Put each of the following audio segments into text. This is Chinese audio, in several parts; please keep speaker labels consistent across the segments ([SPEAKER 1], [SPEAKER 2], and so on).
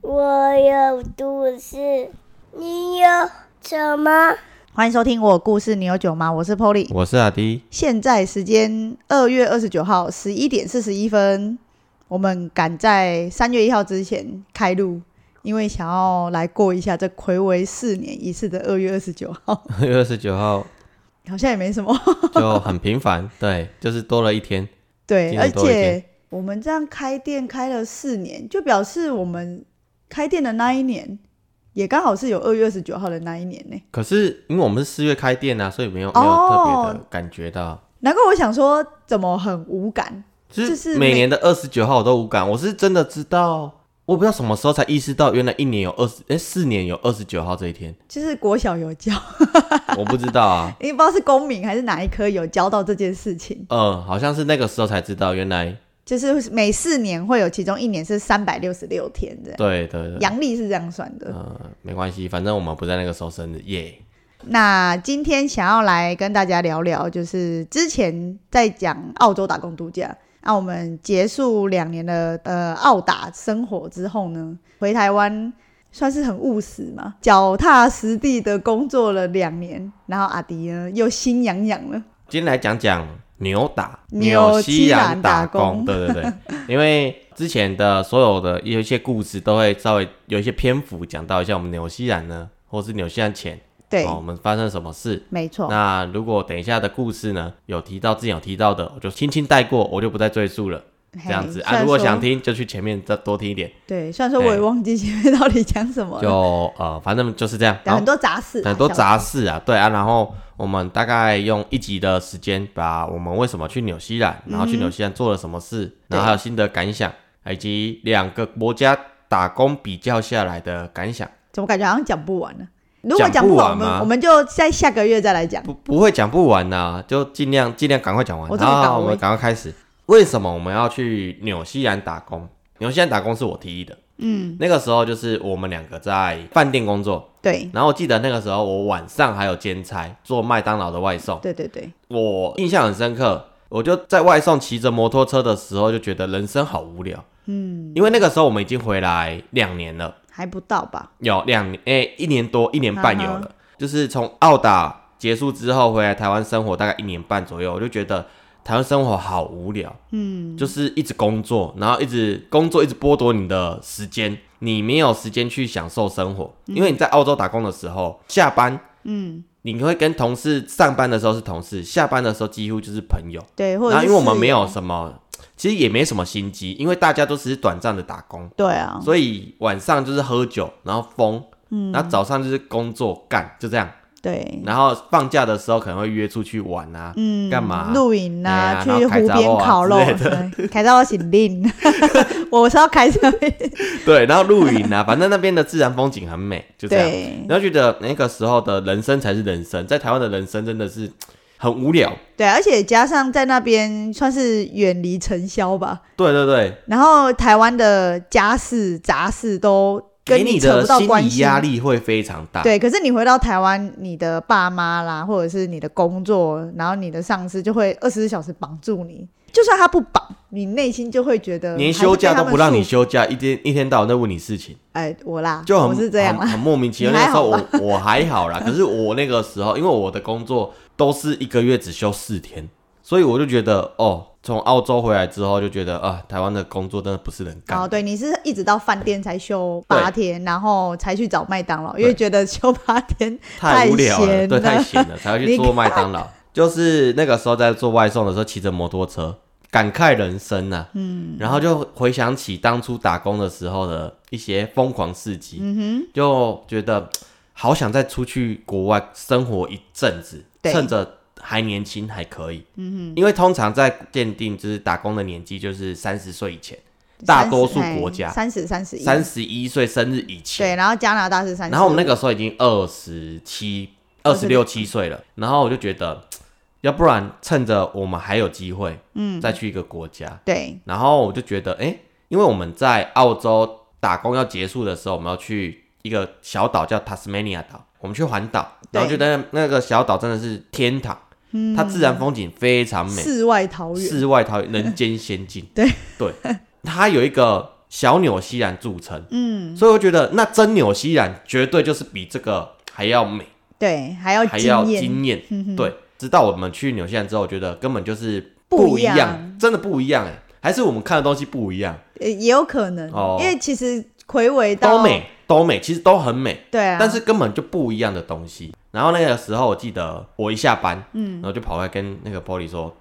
[SPEAKER 1] 我有故事，你有什么？
[SPEAKER 2] 欢迎收听我有故事，你有酒吗？我是 Polly，
[SPEAKER 3] 我是阿迪，
[SPEAKER 2] 现在时间二月二十九号十一点四十一分，我们赶在三月一号之前开录，因为想要来过一下这暌违四年一次的二月二十九号，
[SPEAKER 3] 二月二十九号
[SPEAKER 2] 好像也没什么。
[SPEAKER 3] 就很频 繁，对，就是多了一天，
[SPEAKER 2] 对，
[SPEAKER 3] 今
[SPEAKER 2] 而
[SPEAKER 3] 年多一天
[SPEAKER 2] 且我们这样开店开了四年，就表示我们开店的那一年，也刚好是有二月二十九号的那一年呢、
[SPEAKER 3] 可是因为我们是四月开店啊，所以没有没有特别
[SPEAKER 2] 哦
[SPEAKER 3] 的感觉到。
[SPEAKER 2] 难怪我想说，怎么很无感？
[SPEAKER 3] 就
[SPEAKER 2] 就是
[SPEAKER 3] 是
[SPEAKER 2] 每
[SPEAKER 3] 每年的二十九号我都无感，我是真的知道，我不知道什么时候才意识到，原来一年有二十，哎，四年有二十九号这 一天，
[SPEAKER 2] 就是国小有教，
[SPEAKER 3] 我不知道啊，
[SPEAKER 2] 因为不知道是公民还是哪一科有教到这件事情，
[SPEAKER 3] 嗯，好像是那个时候才知道，原来
[SPEAKER 2] 就是每四年会有其中一年是三百六十六天这样，
[SPEAKER 3] 对对对，
[SPEAKER 2] 阳历是这样算的。
[SPEAKER 3] 嗯，没关系，反正我们不在那个时候生日，耶，
[SPEAKER 2] 那今天想要来跟大家聊聊，就是之前在讲澳洲打工度假，那我们结束两年的呃澳打生活之后呢，回台湾算是很务实嘛，脚踏实地的工作了两年，然后阿迪呢又心痒痒了，
[SPEAKER 3] 今天来讲讲牛打
[SPEAKER 2] 纽西
[SPEAKER 3] 西
[SPEAKER 2] 兰
[SPEAKER 3] 兰
[SPEAKER 2] 打
[SPEAKER 3] 打
[SPEAKER 2] 工
[SPEAKER 3] 工，对 对对，因为之前的所有的有一些故事都会稍微有一些篇幅讲到一下我们纽西兰呢，或是纽西兰前
[SPEAKER 2] 对，
[SPEAKER 3] 哦，我们发生什么事。
[SPEAKER 2] 没错，
[SPEAKER 3] 那如果等一下的故事呢有提到之前有提到的，我就轻轻带过，我就不再赘述了，这样子
[SPEAKER 2] 嘿
[SPEAKER 3] 啊。如果想，
[SPEAKER 2] 虽然说
[SPEAKER 3] 听就去前面再多听一点，
[SPEAKER 2] 对，虽然说我也
[SPEAKER 3] 嘿
[SPEAKER 2] 忘记前面到底讲什么
[SPEAKER 3] 就
[SPEAKER 2] 了，
[SPEAKER 3] 呃反正就是这样。
[SPEAKER 2] 但
[SPEAKER 3] 好
[SPEAKER 2] 很多杂事啊，
[SPEAKER 3] 很多
[SPEAKER 2] 小
[SPEAKER 3] 杂事啊，对啊，然后我们大概用一集的时间，把我们为什么去纽西兰，然后去纽西兰做了什么
[SPEAKER 2] 嗯
[SPEAKER 3] 事，然后还有新的感想，以及两个国家打工比较下来的感想，
[SPEAKER 2] 怎么感觉好像讲不完呢？如果讲
[SPEAKER 3] 讲不
[SPEAKER 2] 完，
[SPEAKER 3] 完
[SPEAKER 2] 我们
[SPEAKER 3] 吗
[SPEAKER 2] 我们就在下个月再来讲。
[SPEAKER 3] 不不会讲不完呐、就尽量尽量赶快讲完。
[SPEAKER 2] 我这么
[SPEAKER 3] 好
[SPEAKER 2] 搞
[SPEAKER 3] 好，我
[SPEAKER 2] 我也
[SPEAKER 3] 们赶快开始。为什么我们要去纽西兰打工？纽西兰打工是我提议的，嗯，那个时候就是我们两个在饭店工作，
[SPEAKER 2] 对，
[SPEAKER 3] 然后我记得那个时候我晚上还有兼差，做麦当劳的外送。
[SPEAKER 2] 对对对，
[SPEAKER 3] 我印象很深刻，我就在外送骑着摩托车的时候，就觉得人生好无聊。嗯，因为那个时候我们已经回来两年了，
[SPEAKER 2] 还不到吧？
[SPEAKER 3] 有两年，诶、一年多，一年半有了。
[SPEAKER 2] 啊
[SPEAKER 3] 就是从澳打结束之后回来台湾生活大概一年半左右，我就觉得台湾生活好无聊。嗯，就是一直工作，然后一直工作，一直剥夺你的时间，你没有时间去享受生活，
[SPEAKER 2] 嗯
[SPEAKER 3] 因为你在澳洲打工的时候，下班，嗯，你会跟同事上班的时候是同事，下班的时候几乎就是朋友。
[SPEAKER 2] 对，或者
[SPEAKER 3] 然
[SPEAKER 2] 是
[SPEAKER 3] 后因为我们
[SPEAKER 2] 室
[SPEAKER 3] 没有
[SPEAKER 2] 友
[SPEAKER 3] 什么，其实也没什么心机，因为大家都只是短暂的打工。
[SPEAKER 2] 对啊，
[SPEAKER 3] 所以晚上就是喝酒，然后疯，
[SPEAKER 2] 嗯
[SPEAKER 3] 然后早上就是工作干，就这样。
[SPEAKER 2] 对，
[SPEAKER 3] 然后放假的时候可能会约出去玩啊，
[SPEAKER 2] 嗯，
[SPEAKER 3] 干嘛
[SPEAKER 2] 露营
[SPEAKER 3] 哎
[SPEAKER 2] 啊，
[SPEAKER 3] 呀
[SPEAKER 2] 去
[SPEAKER 3] 然后开
[SPEAKER 2] 湖
[SPEAKER 3] 杂
[SPEAKER 2] 边
[SPEAKER 3] 货啊
[SPEAKER 2] 烤
[SPEAKER 3] 之
[SPEAKER 2] 肉，
[SPEAKER 3] 类
[SPEAKER 2] 对开到行令， 我是要开车，
[SPEAKER 3] 对，然后露营啊，反正那边的自然风景很美，就这样。
[SPEAKER 2] 对
[SPEAKER 3] 然后觉得那个时候的人生才是人生，在台湾的人生真的是很无聊。
[SPEAKER 2] 对，而且加上在那边算是远离尘嚣吧，
[SPEAKER 3] 对对对，
[SPEAKER 2] 然后台湾的家事杂事都
[SPEAKER 3] 给
[SPEAKER 2] 跟
[SPEAKER 3] 你
[SPEAKER 2] 扯
[SPEAKER 3] 的
[SPEAKER 2] 不到
[SPEAKER 3] 心
[SPEAKER 2] 关
[SPEAKER 3] 理
[SPEAKER 2] 系，
[SPEAKER 3] 压力啊会非常大。
[SPEAKER 2] 对，可是你回到台湾，你的爸妈啦，或者是你的工作，然后你的上司就会二十四小时绑住你。就算他不绑，你内心就会觉得还
[SPEAKER 3] 连
[SPEAKER 2] 是被
[SPEAKER 3] 休假
[SPEAKER 2] 他
[SPEAKER 3] 都
[SPEAKER 2] 们
[SPEAKER 3] 不让
[SPEAKER 2] 束
[SPEAKER 3] 你
[SPEAKER 2] 缚。
[SPEAKER 3] 休假，一天一天到晚在问你事情，
[SPEAKER 2] 哎，我啦，
[SPEAKER 3] 就
[SPEAKER 2] 我
[SPEAKER 3] 很
[SPEAKER 2] 是这样
[SPEAKER 3] 很
[SPEAKER 2] 啦。
[SPEAKER 3] 很莫名其 妙。
[SPEAKER 2] 你
[SPEAKER 3] 那
[SPEAKER 2] 还
[SPEAKER 3] 时候
[SPEAKER 2] 好
[SPEAKER 3] 我我还好啦，可是我那个时候因为我的工作都是一个月只休四天，所以我就觉得哦，从澳洲回来之后就觉得啊，台湾的工作真的不是人干。
[SPEAKER 2] 哦，对，你是一直到饭店才休八天，然后才去找麦当劳，因为觉得休八天
[SPEAKER 3] 太无聊
[SPEAKER 2] 闲
[SPEAKER 3] 了，对，太
[SPEAKER 2] 了。
[SPEAKER 3] 闲了，才会
[SPEAKER 2] 你
[SPEAKER 3] 去做麦当劳。就是那个时候在做外送的时候，骑着摩托车，感慨人生呐、嗯，然后就回想起当初打工的时候的一些疯狂事迹，嗯哼，就觉得好想再出去国外生活一阵子，
[SPEAKER 2] 对
[SPEAKER 3] 趁着还年轻还可以，嗯哼，因为通常在鉴定就是打工的年纪就是三十岁以前， 大多数国家
[SPEAKER 2] 三十三十一，
[SPEAKER 3] 哎三十一岁生日以前，
[SPEAKER 2] 对，然后加拿大是三十。
[SPEAKER 3] 然后我们那个时候已经二十七、二十六七岁了，然后我就觉得，要不然趁着我们还有机会，嗯，再去一个国家。
[SPEAKER 2] 对
[SPEAKER 3] 然后我就觉得，哎、因为我们在澳洲打工要结束的时候，我们要去一个小岛叫 Tasmania 岛，我们去环岛，
[SPEAKER 2] 对
[SPEAKER 3] 然后觉得那个小岛真的是天堂，它自然风景非常美，
[SPEAKER 2] 世外桃源，
[SPEAKER 3] 世外桃源，人间仙境。对对，它有一个小纽西兰著称，
[SPEAKER 2] 嗯，
[SPEAKER 3] 所以我觉得那真纽西兰绝对就是比这个还要美，
[SPEAKER 2] 对，还要
[SPEAKER 3] 还要
[SPEAKER 2] 经验，
[SPEAKER 3] 惊艳。
[SPEAKER 2] 嗯呃哼，
[SPEAKER 3] 对，直到我们去纽西兰之后，我觉得根本就是
[SPEAKER 2] 不
[SPEAKER 3] 一
[SPEAKER 2] 一样
[SPEAKER 3] 真的不一样哎、还是我们看的东西不一样，
[SPEAKER 2] 呃也有可能，
[SPEAKER 3] 哦
[SPEAKER 2] 因为其实魁伟到
[SPEAKER 3] 都，美都美，其实都很美，
[SPEAKER 2] 对啊，
[SPEAKER 3] 但是根本就不一样的东西。然后那个时候，我记得我一下班，嗯，然后就跑过来跟那个 Polly 说：“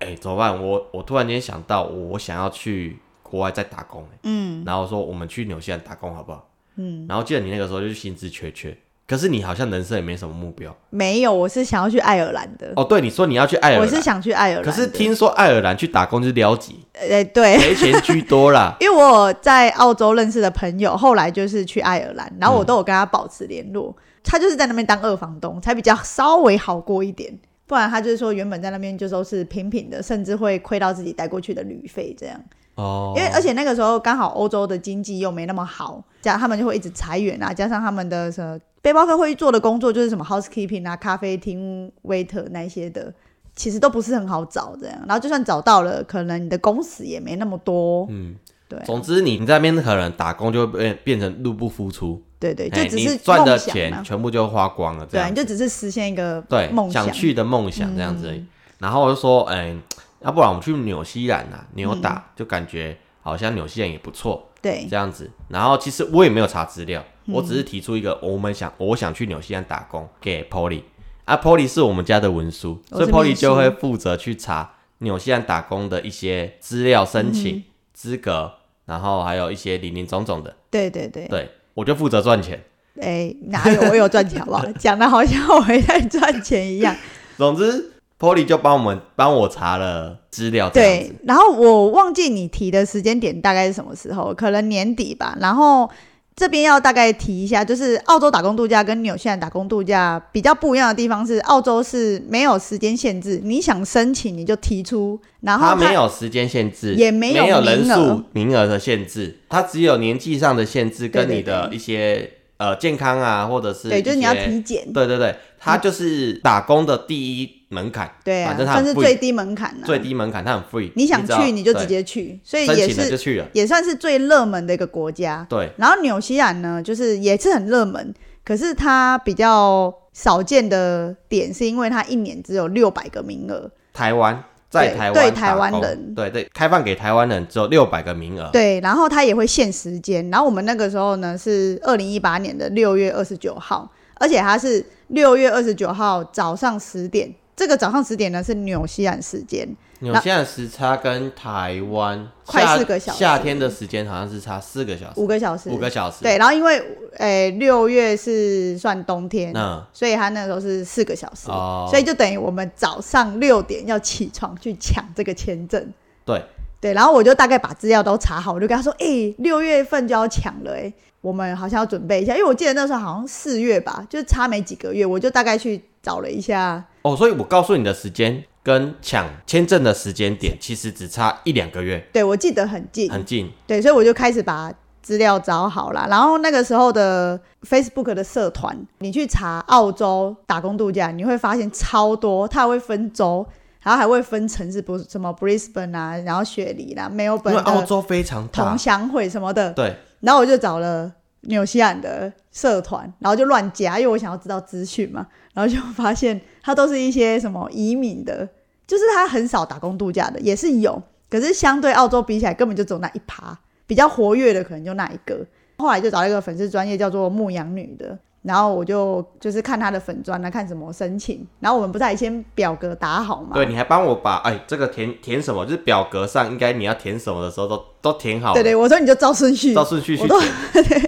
[SPEAKER 3] 哎、怎么办？我我突然间想到，我想要去国外再打工、欸
[SPEAKER 2] 嗯
[SPEAKER 3] 然后说我们去纽西兰打工好不好？
[SPEAKER 2] 嗯，
[SPEAKER 3] 然后记得你那个时候就是薪资缺缺，可是你好像人生也没什么目标
[SPEAKER 2] 没有，我是想要去爱尔兰的，
[SPEAKER 3] 哦。对，你说你要去爱尔
[SPEAKER 2] 呃我
[SPEAKER 3] 兰，
[SPEAKER 2] 是想去爱尔兰
[SPEAKER 3] 可
[SPEAKER 2] 的，
[SPEAKER 3] 是听说爱尔兰去打工就是 撩级，
[SPEAKER 2] 呃对，。
[SPEAKER 3] 赔钱居多啦
[SPEAKER 2] 因为我有在澳洲认识的朋友，后来就是去爱尔兰，然
[SPEAKER 3] 嗯
[SPEAKER 2] 后我都有跟他保持联络。他就是在那边当二房东，才比较稍微好过一点。不然他就是说，原本在那边就都是平平的，甚至会亏到自己带过去的旅费这样。
[SPEAKER 3] 哦，
[SPEAKER 2] 因为而且那个时候刚好欧洲的经济又没那么好，加他们就会一直裁员啊，加上他们的什么背包客会做的工作就是什么 housekeeping 啊、咖啡厅 waiter 那一些的，其实都不是很好找这样。然后就算找到了，可能你的工时也没那么多。
[SPEAKER 3] 嗯，
[SPEAKER 2] 对啊
[SPEAKER 3] 总之你你在那边可能打工就会变变成入不敷出，
[SPEAKER 2] 对对，就
[SPEAKER 3] 哎
[SPEAKER 2] 只
[SPEAKER 3] 你
[SPEAKER 2] 是
[SPEAKER 3] 赚的
[SPEAKER 2] 梦想啊
[SPEAKER 3] 钱
[SPEAKER 2] 嘛
[SPEAKER 3] 全部就花光了，这
[SPEAKER 2] 对啊，
[SPEAKER 3] 样
[SPEAKER 2] 你就只是实现一个
[SPEAKER 3] 对
[SPEAKER 2] 梦想，嗯
[SPEAKER 3] 想去的梦想这样子而已。然后我就说，哎、要不然我们去纽西兰
[SPEAKER 2] 嗯
[SPEAKER 3] 啊，纽打、就感觉好像纽西兰也不错
[SPEAKER 2] 对
[SPEAKER 3] 这样子。然后其实我也没有查资料，
[SPEAKER 2] 嗯
[SPEAKER 3] 我只是提出一个我们想我想去纽西兰打工给 Polly 啊，Polly 是我们家的文书，
[SPEAKER 2] 我
[SPEAKER 3] 所
[SPEAKER 2] 是
[SPEAKER 3] 以 Polly
[SPEAKER 2] 秘书
[SPEAKER 3] 就会负责去查纽西兰打工的一些资料、申
[SPEAKER 2] 嗯
[SPEAKER 3] 请资格，然后还有一些零零总总的。
[SPEAKER 2] 对对对，
[SPEAKER 3] 对我就负责赚钱。
[SPEAKER 2] 哎，哪有我有赚钱好不好？讲的好像我在赚钱一样。
[SPEAKER 3] 总之，Polly 就帮我们帮我查了资料，这样
[SPEAKER 2] 对
[SPEAKER 3] 子。，
[SPEAKER 2] 然后我忘记你提的时间点大概是什么时候，可能年底吧。然后这边要大概提一下，就是澳洲打工度假跟纽西兰打工度假比较不一样的地方是，澳洲是没有时间限制，你想申请你就提出，然后
[SPEAKER 3] 他没有时间限制，
[SPEAKER 2] 也没有
[SPEAKER 3] 有人
[SPEAKER 2] 名额
[SPEAKER 3] 数名额的限制，他只有年纪上的限制跟
[SPEAKER 2] 对对
[SPEAKER 3] 你的一些呃健康啊，或者是
[SPEAKER 2] 对，就是你要嗯
[SPEAKER 3] 一些
[SPEAKER 2] 体检，
[SPEAKER 3] 对对对，他就是打工的第一门槛，
[SPEAKER 2] 对啊，
[SPEAKER 3] 反正他
[SPEAKER 2] 算
[SPEAKER 3] 很
[SPEAKER 2] 是
[SPEAKER 3] free，
[SPEAKER 2] 最低门槛了、
[SPEAKER 3] 最低门槛，他很 free，
[SPEAKER 2] 嗯你想
[SPEAKER 3] 只要
[SPEAKER 2] 去你就直
[SPEAKER 3] 对
[SPEAKER 2] 接去，所以
[SPEAKER 3] 申
[SPEAKER 2] 也
[SPEAKER 3] 请了
[SPEAKER 2] 是
[SPEAKER 3] 就去了，
[SPEAKER 2] 也算是最热门的一个国家。
[SPEAKER 3] 对，
[SPEAKER 2] 然后纽西兰呢，就是也是很热门，可是它比较少见的点是因为它一年只有六百个名额，
[SPEAKER 3] 台湾。在
[SPEAKER 2] 对
[SPEAKER 3] 台湾
[SPEAKER 2] 对
[SPEAKER 3] 打
[SPEAKER 2] 台湾
[SPEAKER 3] 工
[SPEAKER 2] 人
[SPEAKER 3] 对对，开放给台湾人只有六百个名额，
[SPEAKER 2] 对，然后它也会限时间。然后我们那个时候呢是二零一八年的六月二十九号，而且它是六月二十九号早上十点，这个早上十点呢是纽西兰时间，
[SPEAKER 3] 纽西兰时差跟台湾
[SPEAKER 2] 快
[SPEAKER 3] 夏
[SPEAKER 2] 四个小时
[SPEAKER 3] 夏天的时间好像是差四个小时，
[SPEAKER 2] 五个小时，
[SPEAKER 3] 五个小时。
[SPEAKER 2] 对，，然后因为诶六月是算冬天，
[SPEAKER 3] 嗯，
[SPEAKER 2] 所以他那时候是四个小时，
[SPEAKER 3] 哦
[SPEAKER 2] 所以就等于我们早上六点要起床去抢这个签证。
[SPEAKER 3] 对，
[SPEAKER 2] 对，然后我就大概把资料都查好，我就跟他说：“哎、六月份就要抢了、哎，我们好像要准备一下，因为我记得那时候好像四月吧，就差没几个月，我就大概去找了一下。
[SPEAKER 3] 哦，所以我告诉你的时间跟抢签证的时间点其实只差一两个月，
[SPEAKER 2] 对，我记得很近，
[SPEAKER 3] 很近。
[SPEAKER 2] 对，所以我就开始把资料找好了。然后那个时候的 Facebook 的社团，你去查澳洲打工度假，你会发现超多，它还会分州，然后还会分城市，不什么 Brisbane 啊，然后雪梨啦、墨尔
[SPEAKER 3] 因
[SPEAKER 2] 本
[SPEAKER 3] 为澳
[SPEAKER 2] 的
[SPEAKER 3] 洲非常大
[SPEAKER 2] 同，乡会什么的。
[SPEAKER 3] 对，
[SPEAKER 2] 然后我就找了纽西兰的社团，然后就乱加，因为我想要知道资讯嘛。然后就发现它都是一些什么移民的，就是它很少打工度假的，也是有，可是相对澳洲比起来，根本就只有那一趴，比较活跃的可能就那一个。后来就找了一个粉丝专业叫做牧羊女的，然后我就就是看她的粉专啊，看什么申请，然后我们不是还先表格打好嘛？
[SPEAKER 3] 对，你还帮我把哎这个填填什么，就是表格上应该你要填什么的时候都都填好了，
[SPEAKER 2] 对对，我说你就照顺序，
[SPEAKER 3] 照顺序去
[SPEAKER 2] 我都
[SPEAKER 3] 填。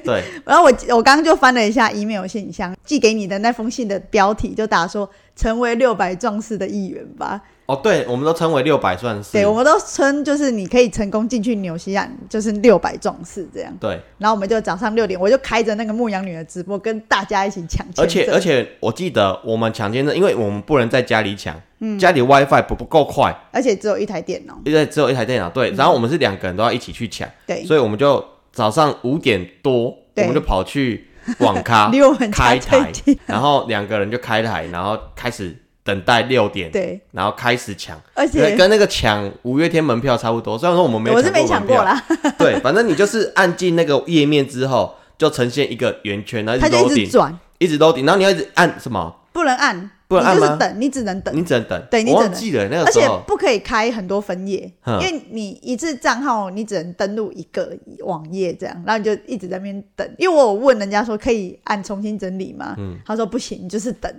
[SPEAKER 3] 对，
[SPEAKER 2] 然后我我刚刚就翻了一下 email 信箱，寄给你的那封信的标题就打说“成为六百壮士的一员吧
[SPEAKER 3] 哦，对，我们都称为六百算”，是，
[SPEAKER 2] 对，我们都称就是你可以成功进去纽西兰，就是六百壮士这样。
[SPEAKER 3] 对，
[SPEAKER 2] 然后我们就早上六点，我就开着那个牧羊女的直播，跟大家一起抢签证。
[SPEAKER 3] 而且而且我记得我们抢签证，因为我们不能在家里抢，
[SPEAKER 2] 嗯
[SPEAKER 3] 家里 WiFi 不不够快，
[SPEAKER 2] 而且只有一台电脑，
[SPEAKER 3] 因为只有一台电脑，对，
[SPEAKER 2] 嗯
[SPEAKER 3] 然后我们是两个人都要一起去抢，
[SPEAKER 2] 对，
[SPEAKER 3] 所以我们就早上五点多，我
[SPEAKER 2] 对
[SPEAKER 3] 们就跑去网 咖
[SPEAKER 2] 离我们家
[SPEAKER 3] 啊开
[SPEAKER 2] 最
[SPEAKER 3] 台
[SPEAKER 2] 近。，
[SPEAKER 3] 然后两个人就开台，然后开始等待六点，
[SPEAKER 2] 对，
[SPEAKER 3] 然后开始抢，
[SPEAKER 2] 而且
[SPEAKER 3] 跟那个抢五月天门票差不多。虽然说我们没有，
[SPEAKER 2] 我是没抢过
[SPEAKER 3] 啦。
[SPEAKER 2] 啦，
[SPEAKER 3] 对，反正你就是按进那个页面之后，就呈现一个圆圈，然后
[SPEAKER 2] 它
[SPEAKER 3] 一直
[SPEAKER 2] 就
[SPEAKER 3] loading，
[SPEAKER 2] 一直转，
[SPEAKER 3] 一直 loading，然后你要一直按什么？
[SPEAKER 2] 不能按，
[SPEAKER 3] 不能按
[SPEAKER 2] 你就
[SPEAKER 3] 吗
[SPEAKER 2] 是等，你只能等，
[SPEAKER 3] 你只能等。
[SPEAKER 2] 对你
[SPEAKER 3] 我
[SPEAKER 2] 只
[SPEAKER 3] 忘
[SPEAKER 2] 能
[SPEAKER 3] 记了那
[SPEAKER 2] 而
[SPEAKER 3] 个时
[SPEAKER 2] 且
[SPEAKER 3] 候。
[SPEAKER 2] 不可以开很多分页，因
[SPEAKER 3] 嗯
[SPEAKER 2] 为你一次账号你只能登录一个网页这样，然后你就一直在那边等。因为我有问人家说可以按重新整理吗？
[SPEAKER 3] 嗯
[SPEAKER 2] 他说不行，你就是等。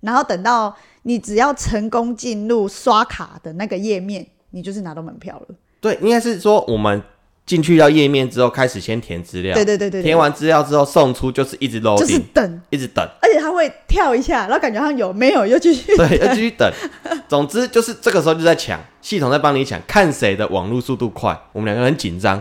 [SPEAKER 2] 然后等到你只要成功进入刷卡的那个页面，你就是拿到门票了。
[SPEAKER 3] 对，应该是说我们进去到页面之后，开始先填资料，
[SPEAKER 2] 对对对对对
[SPEAKER 3] 填完资料之后送出就是一直 loading，、
[SPEAKER 2] 就是等，
[SPEAKER 3] 一直等，
[SPEAKER 2] 而且他会跳一下，然后感觉好像有没有又继续。
[SPEAKER 3] 对，要继续 等。总之就是这个时候就在抢，系统在帮你抢，看谁的网络速度快。我们两个人很紧张，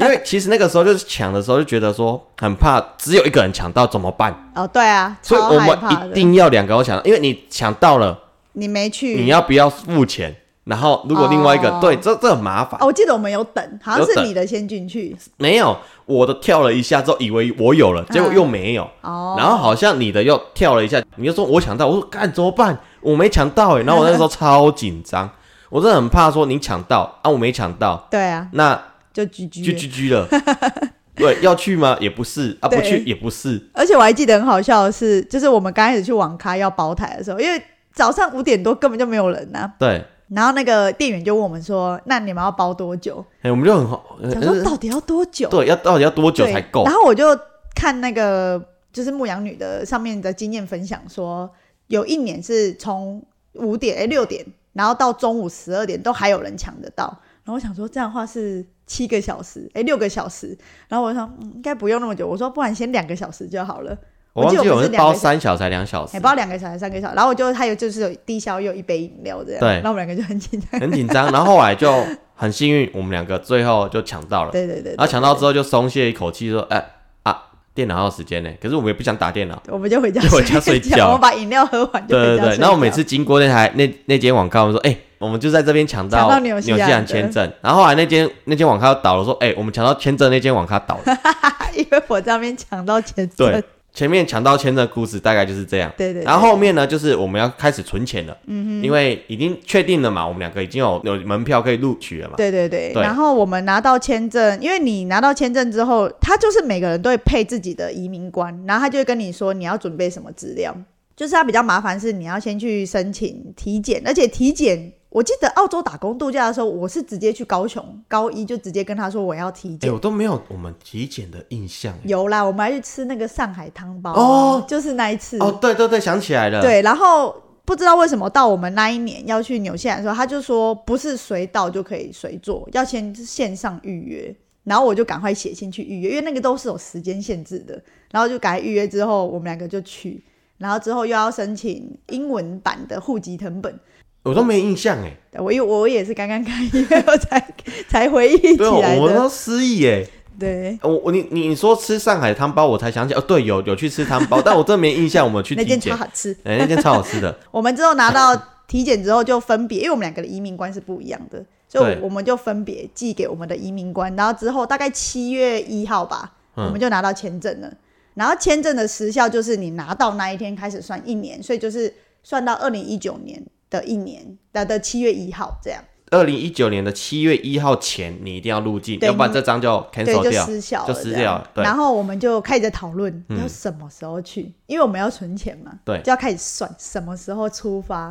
[SPEAKER 3] 因为其实那个时候就是抢的时候就觉得说很怕，只有一个人抢到怎么办？
[SPEAKER 2] 哦，对啊，
[SPEAKER 3] 所以
[SPEAKER 2] 超
[SPEAKER 3] 我
[SPEAKER 2] 害
[SPEAKER 3] 们
[SPEAKER 2] 怕
[SPEAKER 3] 一
[SPEAKER 2] 的。
[SPEAKER 3] 定要两个都抢，因为你抢到了，
[SPEAKER 2] 你没去，
[SPEAKER 3] 你要不要付钱？然后如果另外一个、
[SPEAKER 2] 哦
[SPEAKER 3] 对，这这很麻烦。
[SPEAKER 2] 哦，我记得我们有等，好像
[SPEAKER 3] 有
[SPEAKER 2] 是
[SPEAKER 3] 等
[SPEAKER 2] 你的先进去
[SPEAKER 3] 没有，我的跳了一下之后，以为我有了，结果又没有。
[SPEAKER 2] 嗯哦。
[SPEAKER 3] 然后好像你的又跳了一下，你就说我抢到，我说干怎么办？我没抢到 哎、然后我那时候超紧张，我真的很怕说你抢到啊，我没抢到，
[SPEAKER 2] 对啊，
[SPEAKER 3] 那
[SPEAKER 2] 就 GG
[SPEAKER 3] 就 GG 了。对，要去吗？也不是啊，不
[SPEAKER 2] 对
[SPEAKER 3] 去也不是。
[SPEAKER 2] 而且我还记得很好笑的是，就是我们刚开始去网咖要包台的时候，因为早上五点多根本就没有人呐、
[SPEAKER 3] 对，
[SPEAKER 2] 然后那个店员就问我们说：“那你们要包多久
[SPEAKER 3] 哎、我们就很好，？”
[SPEAKER 2] 想
[SPEAKER 3] 呃
[SPEAKER 2] 说到底要多久？
[SPEAKER 3] 对，要到底要多久
[SPEAKER 2] 对
[SPEAKER 3] 才够
[SPEAKER 2] 然？后我就看那个就是牧羊女的上面的经验分享说，有一年是从五点哎六点，然后到中午十二点都还有人抢得到。然后我想说这样的话是七个小时哎六个小时，然后我想、嗯、应该不用那么久，我说不然先两个小时就好了。
[SPEAKER 3] 我忘
[SPEAKER 2] 记
[SPEAKER 3] 记
[SPEAKER 2] 我
[SPEAKER 3] 我
[SPEAKER 2] 们
[SPEAKER 3] 们
[SPEAKER 2] 是
[SPEAKER 3] 是
[SPEAKER 2] 两
[SPEAKER 3] 包
[SPEAKER 2] 个小
[SPEAKER 3] 三小时还两小时
[SPEAKER 2] 也，包两个小时、三个小时，然后我就还有就是有低消，又有一杯饮料这样，
[SPEAKER 3] 对
[SPEAKER 2] 然后我们两个就很紧张，
[SPEAKER 3] 很紧张。然后后来就很幸运，我们两个最后就抢到了。
[SPEAKER 2] 对对对，
[SPEAKER 3] 然后抢
[SPEAKER 2] 强
[SPEAKER 3] 到之后就松懈一口气，说：“哎、啊，电脑还有时间呢。”可是我们也不想打电脑。
[SPEAKER 2] 我们就回家
[SPEAKER 3] 就回家睡觉
[SPEAKER 2] 我们把饮料喝完就
[SPEAKER 3] 对
[SPEAKER 2] 回
[SPEAKER 3] 对
[SPEAKER 2] 家睡
[SPEAKER 3] 对，
[SPEAKER 2] 觉。
[SPEAKER 3] 那我每次经过那台那那间网咖，我们说：“哎、我们就在这边抢
[SPEAKER 2] 抢到
[SPEAKER 3] 到
[SPEAKER 2] 纽西
[SPEAKER 3] 西
[SPEAKER 2] 兰
[SPEAKER 3] 兰
[SPEAKER 2] 的
[SPEAKER 3] 签证。”然后后来那间那间网咖倒了，说：“哎、我们抢到签证，那间网咖倒 了。
[SPEAKER 2] 因为我在那边抢到钱，
[SPEAKER 3] 对”前面抢到签证的故事大概就是这样。
[SPEAKER 2] 对对对
[SPEAKER 3] 然后后面呢，就是我们要开始存钱了，嗯哼，因为已经确定了嘛，我们两个已经有有门票可以录取了嘛。
[SPEAKER 2] 对对对，
[SPEAKER 3] 对
[SPEAKER 2] 然后我们拿到签证，因为你拿到签证之后，他就是每个人都会配自己的移民官，然后他就会跟你说你要准备什么资料。就是他比较麻烦是你要先去申请体检，而且体检，我记得澳洲打工度假的时候，我是直接去高雄，高一就直接跟他说我要体
[SPEAKER 3] 哎、
[SPEAKER 2] 检。
[SPEAKER 3] 我都没有我们体检的印象。哎
[SPEAKER 2] 有啦，我们还去吃那个上海汤包啊
[SPEAKER 3] 哦
[SPEAKER 2] 就是那一次
[SPEAKER 3] 哦，对对对，啊想起来了。
[SPEAKER 2] 对，然后不知道为什么到我们那一年要去纽西兰的时候，他就说不是随到就可以随做，要先线上预约。然后我就赶快写信去预约，因为那个都是有时间限制的。然后就赶快预约之后，我们两个就去，然后之后又要申请英文版的户籍成本。
[SPEAKER 3] 我都没印象哎。
[SPEAKER 2] 我又我也是刚刚看一个才才回忆起
[SPEAKER 3] 对，哦啊我
[SPEAKER 2] 来
[SPEAKER 3] 们
[SPEAKER 2] 的，
[SPEAKER 3] 都失忆哎。
[SPEAKER 2] 对，
[SPEAKER 3] 我我你你你说吃上海汤包，我才想起哦，对，有有去吃汤包，但我真的没印象我们去
[SPEAKER 2] 那
[SPEAKER 3] 体
[SPEAKER 2] 间超
[SPEAKER 3] 检，
[SPEAKER 2] 好吃。
[SPEAKER 3] 哎、那间超好吃的，
[SPEAKER 2] 我们之后拿到体检之后就分别，因为我们两个的移民官是不一样的，所以
[SPEAKER 3] 对
[SPEAKER 2] 我们就分别寄给我们的移民官。然后之后大概七月一号吧，
[SPEAKER 3] 嗯
[SPEAKER 2] 我们就拿到签证了。然后签证的时效就是你拿到那一天开始算一年，所以就是算到二零一九年的一年的的七月一号这样，
[SPEAKER 3] 二零一九年的七月一号前你一定要入境，
[SPEAKER 2] 对
[SPEAKER 3] 要不然这张就
[SPEAKER 2] 对，
[SPEAKER 3] cancel
[SPEAKER 2] 就
[SPEAKER 3] 掉，
[SPEAKER 2] 失效了
[SPEAKER 3] 就
[SPEAKER 2] 这
[SPEAKER 3] 失
[SPEAKER 2] 样
[SPEAKER 3] 掉了对
[SPEAKER 2] 然后我们就开始在讨论
[SPEAKER 3] 嗯
[SPEAKER 2] 要什么时候去，因为我们要存钱嘛，
[SPEAKER 3] 对
[SPEAKER 2] 就要开始算什么时候出发，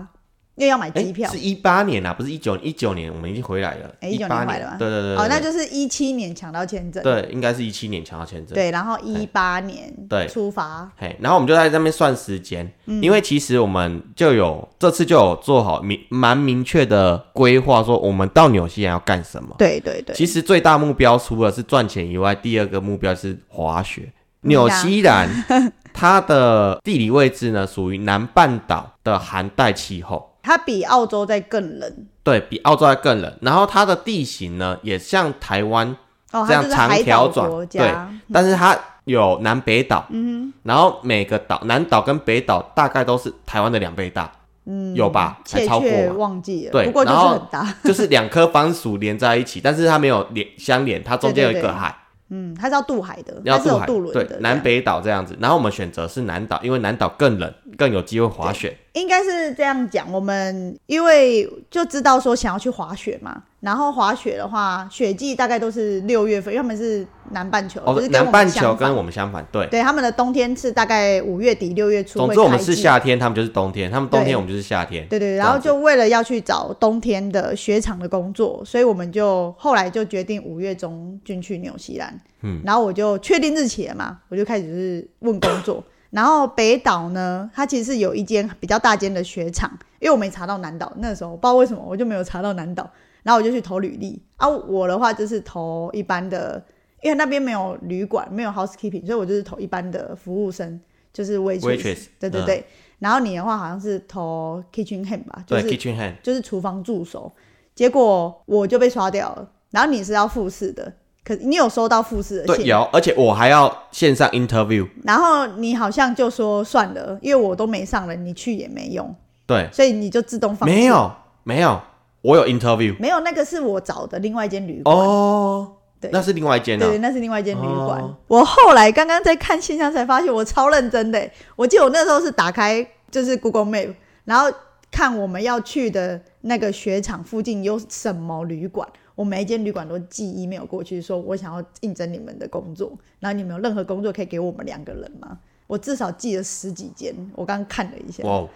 [SPEAKER 2] 因为要买
[SPEAKER 3] 哎
[SPEAKER 2] 机票。
[SPEAKER 3] 是一八年啊啦，不是一九一九年，我们已经回来了，
[SPEAKER 2] 哎
[SPEAKER 3] 一
[SPEAKER 2] 19
[SPEAKER 3] 八
[SPEAKER 2] 年回来了吗
[SPEAKER 3] 对对对，
[SPEAKER 2] 哦，那
[SPEAKER 3] 对
[SPEAKER 2] 就是一七年抢到签证，
[SPEAKER 3] 对，应该是一七年啊抢到签证，
[SPEAKER 2] 对，然后一八年
[SPEAKER 3] 对哦
[SPEAKER 2] 出发，
[SPEAKER 3] 嘿，然后我们就在那边算时间，
[SPEAKER 2] 嗯
[SPEAKER 3] 因为其实我们就有这次就有做好明蛮明确的规划，说我们到纽西兰要干什么。
[SPEAKER 2] 对对对，
[SPEAKER 3] 其实最大目标除了是赚钱以外，第二个目标是滑雪。
[SPEAKER 2] 嗯
[SPEAKER 3] 纽西兰 它的地理位置呢，属于南半岛的寒带气候，
[SPEAKER 2] 它比澳洲再更冷
[SPEAKER 3] 对比澳洲还更冷。然后它的地形呢，也像台湾
[SPEAKER 2] 哦，
[SPEAKER 3] 这
[SPEAKER 2] 它
[SPEAKER 3] 样
[SPEAKER 2] 就是
[SPEAKER 3] 长
[SPEAKER 2] 海
[SPEAKER 3] 条
[SPEAKER 2] 岛
[SPEAKER 3] 状，
[SPEAKER 2] 国
[SPEAKER 3] 对
[SPEAKER 2] 家，，嗯
[SPEAKER 3] 但是它有南北岛，嗯然后每个岛南岛跟北岛大概都是台湾的两倍大，嗯，有吧？还
[SPEAKER 2] 切
[SPEAKER 3] 超过
[SPEAKER 2] 确
[SPEAKER 3] 吧？
[SPEAKER 2] 忘记了，
[SPEAKER 3] 对
[SPEAKER 2] 不过就是
[SPEAKER 3] 然后
[SPEAKER 2] 很大，
[SPEAKER 3] 就是两颗番薯连在一起，但是它没有连相连，它中间有一
[SPEAKER 2] 对对
[SPEAKER 3] 个
[SPEAKER 2] 对
[SPEAKER 3] 海。
[SPEAKER 2] 嗯，它是要渡海的，
[SPEAKER 3] 要
[SPEAKER 2] 它是
[SPEAKER 3] 渡
[SPEAKER 2] 有
[SPEAKER 3] 海，
[SPEAKER 2] 渡轮
[SPEAKER 3] 对
[SPEAKER 2] 的，
[SPEAKER 3] 南
[SPEAKER 2] 这样，
[SPEAKER 3] 北岛这样子。然后我们选择是南岛，因为南岛更冷，更有机会滑雪。
[SPEAKER 2] 应该是这样讲，我们因为就知道说想要去滑雪嘛，然后滑雪的话，雪季大概都是六月份，因为他们是南半球，就
[SPEAKER 3] 哦
[SPEAKER 2] 是，跟我
[SPEAKER 3] 南
[SPEAKER 2] 们
[SPEAKER 3] 半
[SPEAKER 2] 相
[SPEAKER 3] 球
[SPEAKER 2] 反
[SPEAKER 3] 跟我们相反，对。
[SPEAKER 2] 对他们的冬天是大概五月底六月初会开
[SPEAKER 3] 总
[SPEAKER 2] 季，
[SPEAKER 3] 之我们是夏天，他们就是冬天，他们冬
[SPEAKER 2] 对
[SPEAKER 3] 天我们就是夏天。
[SPEAKER 2] 对对，
[SPEAKER 3] 这
[SPEAKER 2] 然后
[SPEAKER 3] 样子
[SPEAKER 2] 就为了要去找冬天的雪场的工作，所以我们就后来就决定五月中进去纽西兰。
[SPEAKER 3] 嗯，
[SPEAKER 2] 然后我就确定日期了嘛，我就开始就是问工作。然后北岛呢，它其实是有一间比较大间的雪场，因为我没查到南岛，那时候不知道为什么我就没有查到南岛，然后我就去投履历啊。我的话就是投一般的，因为那边没有旅馆，没有 housekeeping，所以我就是投一般的服务生，就是 waitress，,
[SPEAKER 3] Waitress，
[SPEAKER 2] 对对
[SPEAKER 3] 嗯
[SPEAKER 2] 对。然后你的话好像是投 kitchen hand 吧，就是
[SPEAKER 3] 对 kitchen hand，
[SPEAKER 2] 就是厨房助手，结果我就被刷掉了。然后你是要复试的，可你有收到复试的
[SPEAKER 3] 对
[SPEAKER 2] 信，
[SPEAKER 3] 有，而且我还要线上 interview，
[SPEAKER 2] 然后你好像就说算了，因为我都没上了，你去也没用，
[SPEAKER 3] 对，
[SPEAKER 2] 所以你就自动放弃
[SPEAKER 3] 没有没有，我有 interview
[SPEAKER 2] 没有那个是我找的另外一间旅馆，
[SPEAKER 3] 哦，
[SPEAKER 2] 对
[SPEAKER 3] 那是另外一间呢啊
[SPEAKER 2] 对，，那是另外一间旅馆。
[SPEAKER 3] 哦
[SPEAKER 2] 我后来刚刚在看信箱才发现，我超认真的欸。我记得我那时候是打开就是 Google Map，然后看我们要去的那个雪场附近有什么旅馆。我每一间旅馆都寄 email 过去，说我想要应征你们的工作，然后你们有任何工作可以给我们两个人吗？我至少寄了十几间，我刚刚看了一下，
[SPEAKER 3] 哇哦，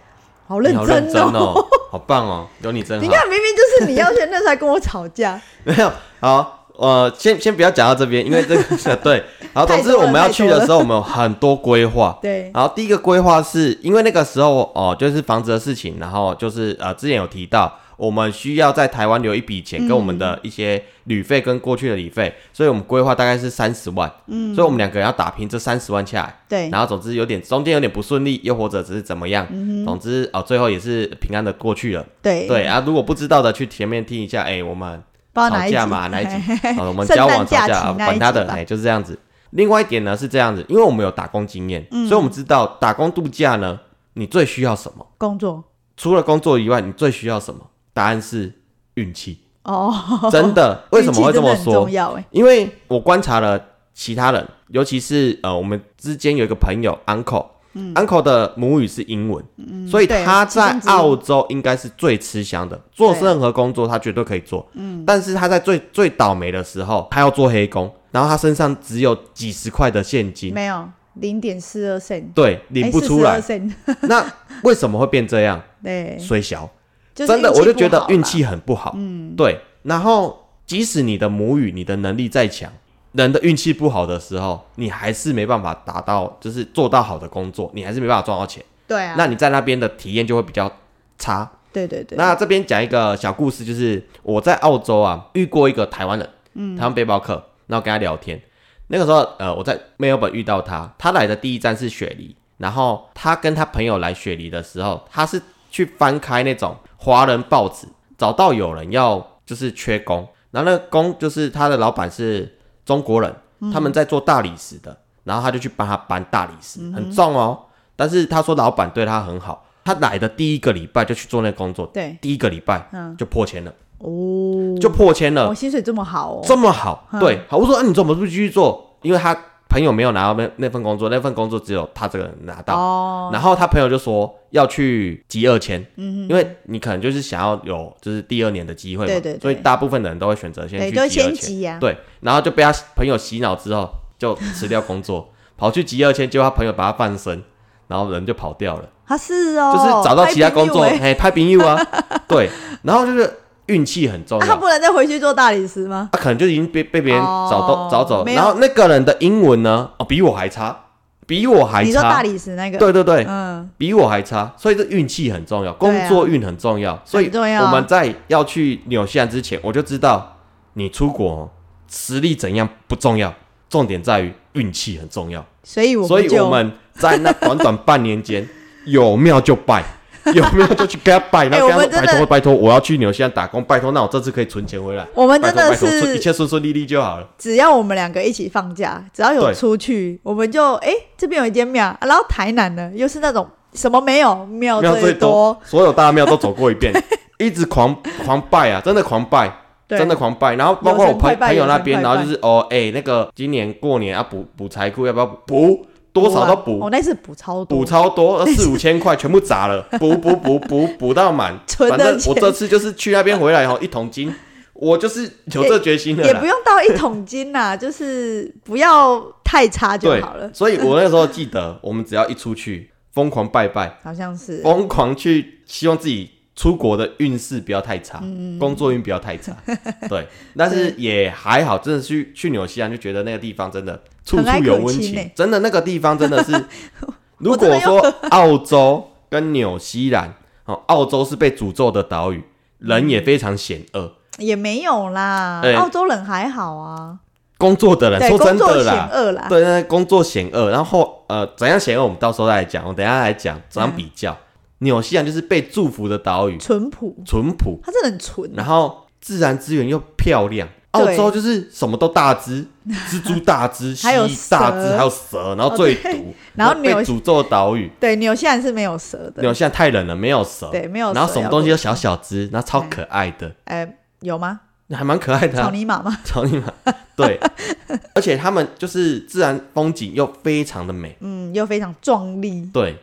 [SPEAKER 2] 好
[SPEAKER 3] 你
[SPEAKER 2] 认
[SPEAKER 3] 好
[SPEAKER 2] 真
[SPEAKER 3] 认真
[SPEAKER 2] 哦。
[SPEAKER 3] 哦，好棒哦，有你真
[SPEAKER 2] 你
[SPEAKER 3] 好。
[SPEAKER 2] 看，明明就是你要选，那时候还跟我吵架。
[SPEAKER 3] 没有，好，呃，先先不要讲到这边，因为 这个对，好，
[SPEAKER 2] 太多
[SPEAKER 3] 总之我们
[SPEAKER 2] 了
[SPEAKER 3] 要
[SPEAKER 2] 太
[SPEAKER 3] 去
[SPEAKER 2] 多
[SPEAKER 3] 的
[SPEAKER 2] 了
[SPEAKER 3] 时候，我们有很多规划。
[SPEAKER 2] 对，
[SPEAKER 3] 然后第一个规划是因为那个时候哦，就是房子的事情，然后就是呃，之前有提到我们需要在台湾留一笔钱，跟我
[SPEAKER 2] 嗯
[SPEAKER 3] 们的一些旅费跟过去的旅费，所以我们规划大概是三十万，嗯，所以我们两个人要打拼这三十万下来，
[SPEAKER 2] 对
[SPEAKER 3] 然后总之有点中间有点不顺利，又或者只是怎么样，
[SPEAKER 2] 嗯
[SPEAKER 3] 总之哦，最后也是平安的过去了，
[SPEAKER 2] 对，
[SPEAKER 3] 对啊，如果不知道的去前面听一下，哎，我们
[SPEAKER 2] 不知道哦哪
[SPEAKER 3] 吵
[SPEAKER 2] 一集哎
[SPEAKER 3] 架嘛，哪一集？好，我们
[SPEAKER 2] 圣
[SPEAKER 3] 交
[SPEAKER 2] 诞
[SPEAKER 3] 往
[SPEAKER 2] 假
[SPEAKER 3] 吵架，
[SPEAKER 2] 期
[SPEAKER 3] 啊
[SPEAKER 2] 那一
[SPEAKER 3] 管他
[SPEAKER 2] 集
[SPEAKER 3] 的，
[SPEAKER 2] 吧
[SPEAKER 3] 哎，就是这样子。另外一点呢是这样子，因为我们有打工经验，
[SPEAKER 2] 嗯
[SPEAKER 3] 所以我们知道打工度假呢，你最需要什么？
[SPEAKER 2] 工作
[SPEAKER 3] 除了工作以外，你最需要什么？答案是运气，
[SPEAKER 2] 哦，
[SPEAKER 3] 真的。为什么会这么
[SPEAKER 2] 运气真的很
[SPEAKER 3] 说
[SPEAKER 2] 重？要哎，
[SPEAKER 3] 因为我观察了其他人，尤其是呃，我们之间有一个朋友 uncle。Uncle 的母语是英文，所以
[SPEAKER 2] 嗯对
[SPEAKER 3] 他
[SPEAKER 2] 七分
[SPEAKER 3] 在
[SPEAKER 2] 之一
[SPEAKER 3] 澳洲应该是最吃香的，做
[SPEAKER 2] 对
[SPEAKER 3] 任何工作他绝对可以做。
[SPEAKER 2] 嗯
[SPEAKER 3] 但是他在最最倒霉的时候，他要做黑工，然后他身上只有几十块的现金，
[SPEAKER 2] 没有零点四二 cent，哎
[SPEAKER 3] 对，领不出来。
[SPEAKER 2] cent，
[SPEAKER 3] 那为什么会变这样？
[SPEAKER 2] 对，
[SPEAKER 3] 衰小，
[SPEAKER 2] 就是
[SPEAKER 3] 真的，
[SPEAKER 2] 运气
[SPEAKER 3] 我就觉
[SPEAKER 2] 不
[SPEAKER 3] 得
[SPEAKER 2] 好啦
[SPEAKER 3] 运气很不好。嗯，对。然后，即使你的母语、你的能力再强，人的运气不好的时候，你还是没办法达到，就是做到好的工作，你还是没办法赚到钱。
[SPEAKER 2] 对啊，
[SPEAKER 3] 那你在那边的体验就会比较差。
[SPEAKER 2] 对对对，
[SPEAKER 3] 那这边讲一个小故事，就是我在澳洲啊遇过一个台湾人，
[SPEAKER 2] 嗯
[SPEAKER 3] 台湾背包客，然后跟他聊天。那个时候，呃，我在墨尔本遇到他，他来的第一站是雪梨，然后他跟他朋友来雪梨的时候，他是去翻开那种华人报纸，找到有人要就是缺工，然后那个工就是他的老板是中国人，
[SPEAKER 2] 嗯
[SPEAKER 3] 他们在做大理石的，然后他就去帮他搬大理石，很重哦。但是他说老板对他很好，他来的第一个礼拜就去做那个工作，
[SPEAKER 2] 对
[SPEAKER 3] 第一个礼拜
[SPEAKER 2] 嗯
[SPEAKER 3] 就破千了，
[SPEAKER 2] 哦，
[SPEAKER 3] 就破千了
[SPEAKER 2] 我，薪水这么好哦，
[SPEAKER 3] 这么好，对，好，我说，啊，你怎么不继续做？因为他朋友没有拿到那那份工作，那份工作只有他这个人拿到，
[SPEAKER 2] 哦，
[SPEAKER 3] 然后他朋友就说要去集二千，嗯，因为你可能就是想要有就是第二年的机会嘛，
[SPEAKER 2] 对对对
[SPEAKER 3] 所以大部分的人都会选择先
[SPEAKER 2] 对，
[SPEAKER 3] 去
[SPEAKER 2] 都
[SPEAKER 3] 集二
[SPEAKER 2] 先啊
[SPEAKER 3] 千，
[SPEAKER 2] 急呀，
[SPEAKER 3] 对，然后就被他朋友洗脑之后就辞掉工作，跑去集二千，结果他朋友把他放生，然后人就跑掉了。
[SPEAKER 2] 他是哦，
[SPEAKER 3] 就是找到其他工作，
[SPEAKER 2] 拍屁股欸
[SPEAKER 3] 哎，拍朋友 啊，对，然后就是运气很重
[SPEAKER 2] 啊
[SPEAKER 3] 要，
[SPEAKER 2] 他不能再回去做大理石吗？
[SPEAKER 3] 他可能就已经被被别人找
[SPEAKER 2] 哦
[SPEAKER 3] 到找走了，
[SPEAKER 2] 没有
[SPEAKER 3] 然后那个人的英文呢，哦，比我还差，比我还
[SPEAKER 2] 你说大
[SPEAKER 3] 差，
[SPEAKER 2] 理石那个，
[SPEAKER 3] 对对对，
[SPEAKER 2] 嗯，
[SPEAKER 3] 比我还差，所以这运气很重要，工
[SPEAKER 2] 对啊
[SPEAKER 3] 作运很重要，所以
[SPEAKER 2] 很重要
[SPEAKER 3] 我们在要去纽西兰之前，我就知道你出国实力怎样不重要，重点在于运气很重要。
[SPEAKER 2] 所以我
[SPEAKER 3] 所以
[SPEAKER 2] 就
[SPEAKER 3] 我们在那短短半年间，有庙就 拜，有庙就去给他拜，然后
[SPEAKER 2] 哎
[SPEAKER 3] 跟
[SPEAKER 2] 我
[SPEAKER 3] 他
[SPEAKER 2] 们真的
[SPEAKER 3] 说、拜托拜托，我要去纽西兰打工，拜托，那我这次可以存钱回来。
[SPEAKER 2] 我们
[SPEAKER 3] 拜
[SPEAKER 2] 真
[SPEAKER 3] 托
[SPEAKER 2] 的
[SPEAKER 3] 拜托，顺一
[SPEAKER 2] 是
[SPEAKER 3] 切顺顺利利就好了。
[SPEAKER 2] 只要我们两个一起放假，只要有
[SPEAKER 3] 对
[SPEAKER 2] 出去，我们就哎、诶这边有一间庙、啊然后台南呢又是那种什么没有庙
[SPEAKER 3] 庙
[SPEAKER 2] 最
[SPEAKER 3] 最多，所有大庙都走过一 遍，一直狂狂拜啊，真的狂拜。
[SPEAKER 2] 对
[SPEAKER 3] 真的狂拜，然后包括
[SPEAKER 2] 有
[SPEAKER 3] 我
[SPEAKER 2] 神快
[SPEAKER 3] 朋
[SPEAKER 2] 拜
[SPEAKER 3] 朋友那
[SPEAKER 2] 有
[SPEAKER 3] 边，
[SPEAKER 2] 神
[SPEAKER 3] 然
[SPEAKER 2] 快拜
[SPEAKER 3] 后就是哦，哎、那个今年过年要补补财库，要不要补？补多少都
[SPEAKER 2] 我、
[SPEAKER 3] 补
[SPEAKER 2] 哦、，那次补超多，
[SPEAKER 3] 补 超多，四五千块全部砸了， 补补补补补到满。
[SPEAKER 2] 存的
[SPEAKER 3] 反正
[SPEAKER 2] 钱
[SPEAKER 3] 我这次就是去那边 回来后一桶金，我就是有这决心了
[SPEAKER 2] 也
[SPEAKER 3] 啦
[SPEAKER 2] 不用到一桶金啦， 就是不要太差就
[SPEAKER 3] 对
[SPEAKER 2] 好了，。
[SPEAKER 3] 所以我那时候记得，我们只要一出去，疯狂拜拜，
[SPEAKER 2] 好像是，
[SPEAKER 3] 疯狂去，希望自己出国的运势不要太差，
[SPEAKER 2] 嗯
[SPEAKER 3] 工作运不要太 差。对，但是也还好，真的去去纽西兰就觉得那个地方真的处
[SPEAKER 2] 很爱
[SPEAKER 3] 处有
[SPEAKER 2] 可
[SPEAKER 3] 温
[SPEAKER 2] 亲
[SPEAKER 3] 情，
[SPEAKER 2] 欸
[SPEAKER 3] 真的那个地方 真的是，如
[SPEAKER 2] 我真
[SPEAKER 3] 果
[SPEAKER 2] 的
[SPEAKER 3] 说 澳洲跟纽西兰，哦，澳洲是被诅咒的岛屿，人也非常险恶。
[SPEAKER 2] 也没有啦。
[SPEAKER 3] 哎
[SPEAKER 2] 澳洲人还好啊，
[SPEAKER 3] 工作的人
[SPEAKER 2] 对，
[SPEAKER 3] 说
[SPEAKER 2] 工
[SPEAKER 3] 真
[SPEAKER 2] 作
[SPEAKER 3] 的
[SPEAKER 2] 险
[SPEAKER 3] 啦，
[SPEAKER 2] 恶啊啦，
[SPEAKER 3] 对，那工作险恶，然后呃，怎样险恶，我们到时候再来讲。我等一下来讲怎
[SPEAKER 2] 嗯
[SPEAKER 3] 样比较。纽、西兰就是被祝福的岛屿，
[SPEAKER 2] 淳朴，
[SPEAKER 3] 淳朴，
[SPEAKER 2] 他真的很纯啊
[SPEAKER 3] 然后自然资源又漂亮。
[SPEAKER 2] 对
[SPEAKER 3] 澳洲就是什么都 大只，蜘蛛大只，蜥
[SPEAKER 2] 还有
[SPEAKER 3] 蜴大只，
[SPEAKER 2] 蛇哦
[SPEAKER 3] 还有蛇，然后最毒，
[SPEAKER 2] 然后
[SPEAKER 3] 被
[SPEAKER 2] 纽
[SPEAKER 3] 诅咒的岛屿。
[SPEAKER 2] 对，纽西兰是没有蛇的，
[SPEAKER 3] 纽西兰太冷了，没有蛇，
[SPEAKER 2] 对没有蛇
[SPEAKER 3] 然后什么东西都小小只，然后超可爱的，
[SPEAKER 2] 哎、有吗？
[SPEAKER 3] 还蛮可爱的、
[SPEAKER 2] 草
[SPEAKER 3] 啊。
[SPEAKER 2] 泥马吗？
[SPEAKER 3] 草泥马， 对，而且他们就是自然风景又非常的美，
[SPEAKER 2] 嗯，又非常壮丽，
[SPEAKER 3] 对。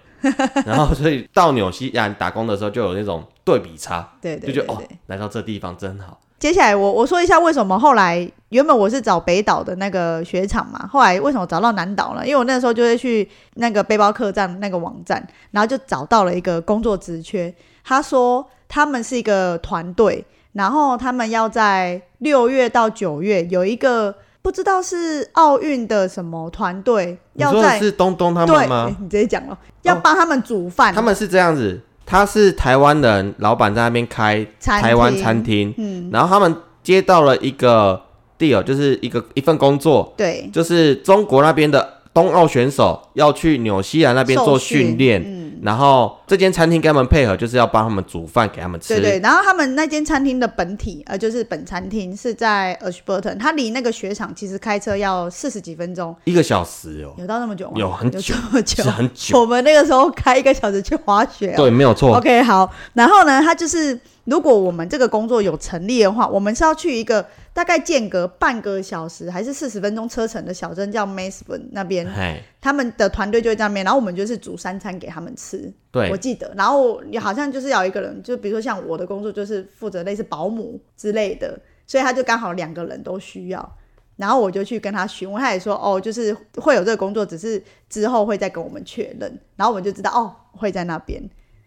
[SPEAKER 3] 然后所以到纽西兰打工的时候就有那种对比差，
[SPEAKER 2] 对对对
[SPEAKER 3] 就觉得
[SPEAKER 2] 对
[SPEAKER 3] 哦，来到这地方真好。
[SPEAKER 2] 接下来我我说一下为什么后来原本我是找北岛的那个雪场嘛，后来为什么找到南岛呢？因为我那时候就会去那个背包客栈那个网站，然后就找到了一个工作职缺，他说他们是一个团队，然后他们要在六月到九月有一个不知道是奥运的什么团队
[SPEAKER 3] 你
[SPEAKER 2] 要
[SPEAKER 3] 说的
[SPEAKER 2] 在。
[SPEAKER 3] 是东东他
[SPEAKER 2] 对、
[SPEAKER 3] 们吗
[SPEAKER 2] 诶？你直接讲了，要帮他们煮饭、
[SPEAKER 3] 他们是这样子，他是台湾人，老板在那边开
[SPEAKER 2] 餐
[SPEAKER 3] 台湾
[SPEAKER 2] 厅
[SPEAKER 3] 餐厅，
[SPEAKER 2] 嗯，
[SPEAKER 3] 然后他们接到了一个 deal，就是一个一份工作，
[SPEAKER 2] 对，
[SPEAKER 3] 就是中国那边的冬奥选手要去纽西兰那边
[SPEAKER 2] 受
[SPEAKER 3] 做训练，
[SPEAKER 2] 嗯，
[SPEAKER 3] 然后这间餐厅跟他们配合，就是要帮他们煮饭给他们吃。
[SPEAKER 2] 对对，然后他们那间餐厅的本体，呃，就是本餐厅是在 Ashburton，它离那个雪场其实开车要四十几分钟，
[SPEAKER 3] 一个小时哦，
[SPEAKER 2] 有到那么久吗？
[SPEAKER 3] 有很久
[SPEAKER 2] 这么久
[SPEAKER 3] 是。很久。
[SPEAKER 2] 我们那个时候开一个小时去滑雪、哦。
[SPEAKER 3] 对，没有错。
[SPEAKER 2] OK，好。然后呢，它就是如果我们这个工作有成立的话，我们是要去一个大概间隔半个小时还是四十分钟车程的小镇叫 Mason 那边，
[SPEAKER 3] 哎，
[SPEAKER 2] 他们的团队就会在那边，然后我们就是煮三餐给他们吃。我
[SPEAKER 3] 对，
[SPEAKER 2] 记得，然后也好像就是要一个人，就比如说像我的工作就是负责类似保姆之类的，所以他就刚好两个人都需要。然后我就去跟他询问，他也说哦，就是会有这个工作，只是之后会再跟我们确认。然后我们就知道哦会在那边。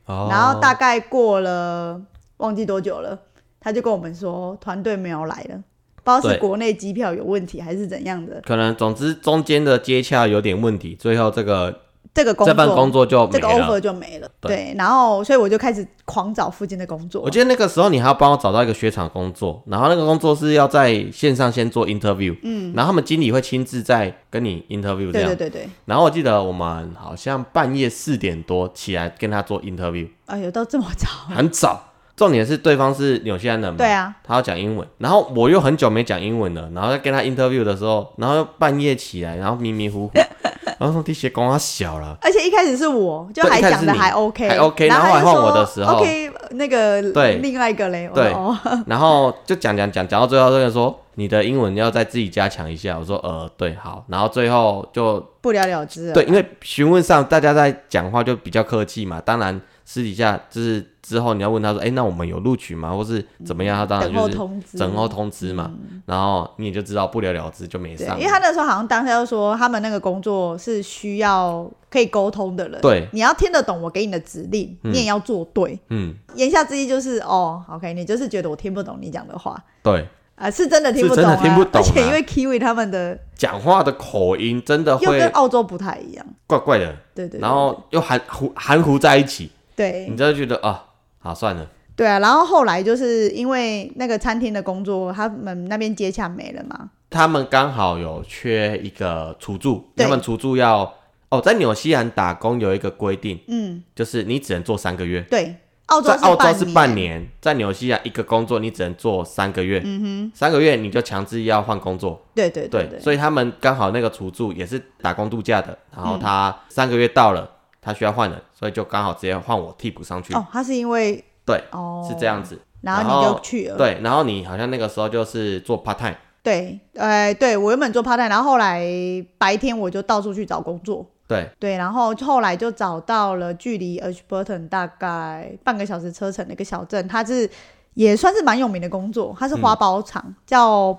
[SPEAKER 3] 哦
[SPEAKER 2] 然后大概过了忘记多久了，他就跟我们说团队没有来了，不知道是
[SPEAKER 3] 对
[SPEAKER 2] 国内机票有问题还是怎样的。
[SPEAKER 3] 可能，总之中间的接洽有点问题，最后这个
[SPEAKER 2] 这个工
[SPEAKER 3] 这
[SPEAKER 2] 作
[SPEAKER 3] 份工作就没
[SPEAKER 2] 这个
[SPEAKER 3] 了。
[SPEAKER 2] offer 就没了。
[SPEAKER 3] 对
[SPEAKER 2] 对，然后所以我就开始狂找附近的工作
[SPEAKER 3] 我。记得那个时候你还要帮我找到一个雪场工作，然后那个工作是要在线上先做 interview，嗯，然后他们经理会亲自在跟你 interview 这
[SPEAKER 2] 对
[SPEAKER 3] 样。
[SPEAKER 2] 对对对。
[SPEAKER 3] 然后我记得我们好像半夜四点多起来跟他做 interview，
[SPEAKER 2] 哎呦，到这么 早？
[SPEAKER 3] 很早。重点是对方是纽西兰人嘛，
[SPEAKER 2] 对啊，
[SPEAKER 3] 他要讲英文，然后我又很久没讲英文了，然后在跟他 interview 的时候，然后又半夜起来，然后迷迷 糊糊，然后说这些光他小了，
[SPEAKER 2] 而且一开始是我就
[SPEAKER 3] 对
[SPEAKER 2] 还
[SPEAKER 3] 一开始
[SPEAKER 2] 讲的
[SPEAKER 3] 是你
[SPEAKER 2] 还 OK，
[SPEAKER 3] 还 OK，
[SPEAKER 2] 然
[SPEAKER 3] 然后
[SPEAKER 2] 他就
[SPEAKER 3] 还
[SPEAKER 2] 说
[SPEAKER 3] 换我的时候
[SPEAKER 2] OK，呃那个
[SPEAKER 3] 对
[SPEAKER 2] 另外一个嘞，我
[SPEAKER 3] 对
[SPEAKER 2] 说哦，
[SPEAKER 3] 然后就讲讲讲讲到最后，这个说你的英文要再自己加强一下。我说呃对好，然后最后就
[SPEAKER 2] 不了了之了。
[SPEAKER 3] 对，因为询问上大家在讲话就比较客气嘛，当然私底下就是之后你要问他说，哎、那我们有录取吗，或是怎么样？他当然
[SPEAKER 2] 嗯等候
[SPEAKER 3] 就是
[SPEAKER 2] 通知，嗯
[SPEAKER 3] 等候通知嘛，然后你也就知道不了了之就没
[SPEAKER 2] 对，
[SPEAKER 3] 上
[SPEAKER 2] 因为他那时候好像当下就说，他们那个工作是需要可以沟通的人，
[SPEAKER 3] 对
[SPEAKER 2] 你要听得懂我给你的指令，
[SPEAKER 3] 嗯
[SPEAKER 2] 你也要做对。
[SPEAKER 3] 嗯
[SPEAKER 2] 言下之意就是，哦，OK，你就是觉得我听不懂你讲的话，
[SPEAKER 3] 对，
[SPEAKER 2] 啊，是真的听不
[SPEAKER 3] 是
[SPEAKER 2] 懂
[SPEAKER 3] 真的
[SPEAKER 2] 啊，
[SPEAKER 3] 听不
[SPEAKER 2] 而
[SPEAKER 3] 懂啊
[SPEAKER 2] 且因为 Kiwi 他们的
[SPEAKER 3] 讲话的口音真的
[SPEAKER 2] 又跟
[SPEAKER 3] 会
[SPEAKER 2] 澳洲不太一样，
[SPEAKER 3] 怪怪的，
[SPEAKER 2] 对对对，
[SPEAKER 3] 然后又含糊含糊在一起，
[SPEAKER 2] 对，
[SPEAKER 3] 你就会觉得啊好算了，
[SPEAKER 2] 对啊，然后后来就是因为那个餐厅的工作，他们那边接洽没了嘛，
[SPEAKER 3] 他们刚好有缺一个厨助，
[SPEAKER 2] 对
[SPEAKER 3] 他们厨助要哦，在纽西兰打工有一个规定，
[SPEAKER 2] 嗯，
[SPEAKER 3] 就是你只能做三个月。
[SPEAKER 2] 对，澳洲
[SPEAKER 3] 在澳洲是
[SPEAKER 2] 是
[SPEAKER 3] 半
[SPEAKER 2] 年，
[SPEAKER 3] 年，在纽西兰一个工作你只能做三个月，嗯哼，三个月你就强制要换工作，
[SPEAKER 2] 对对
[SPEAKER 3] 对，
[SPEAKER 2] 对，
[SPEAKER 3] 所以他们刚好那个厨助也是打工度假的，然
[SPEAKER 2] 嗯
[SPEAKER 3] 后他三个月到了，他需要换人，所以就刚好直接换我替补上去，
[SPEAKER 2] 哦，他是因为
[SPEAKER 3] 对，
[SPEAKER 2] 哦
[SPEAKER 3] 是这，样子，
[SPEAKER 2] 然后
[SPEAKER 3] 然
[SPEAKER 2] 你
[SPEAKER 3] 后
[SPEAKER 2] 就去了，
[SPEAKER 3] 对，然后你好像那个时候就是做 part time，
[SPEAKER 2] 哎对，呃，对我原本做 part time，然后后来白天我就到处去找工作，
[SPEAKER 3] 对，
[SPEAKER 2] 对，然后后来就找到了距离 Ashburton 大概半个小时车程的一个小镇，它是也算是蛮有名的工作，它是
[SPEAKER 3] 嗯
[SPEAKER 2] 花苞厂，叫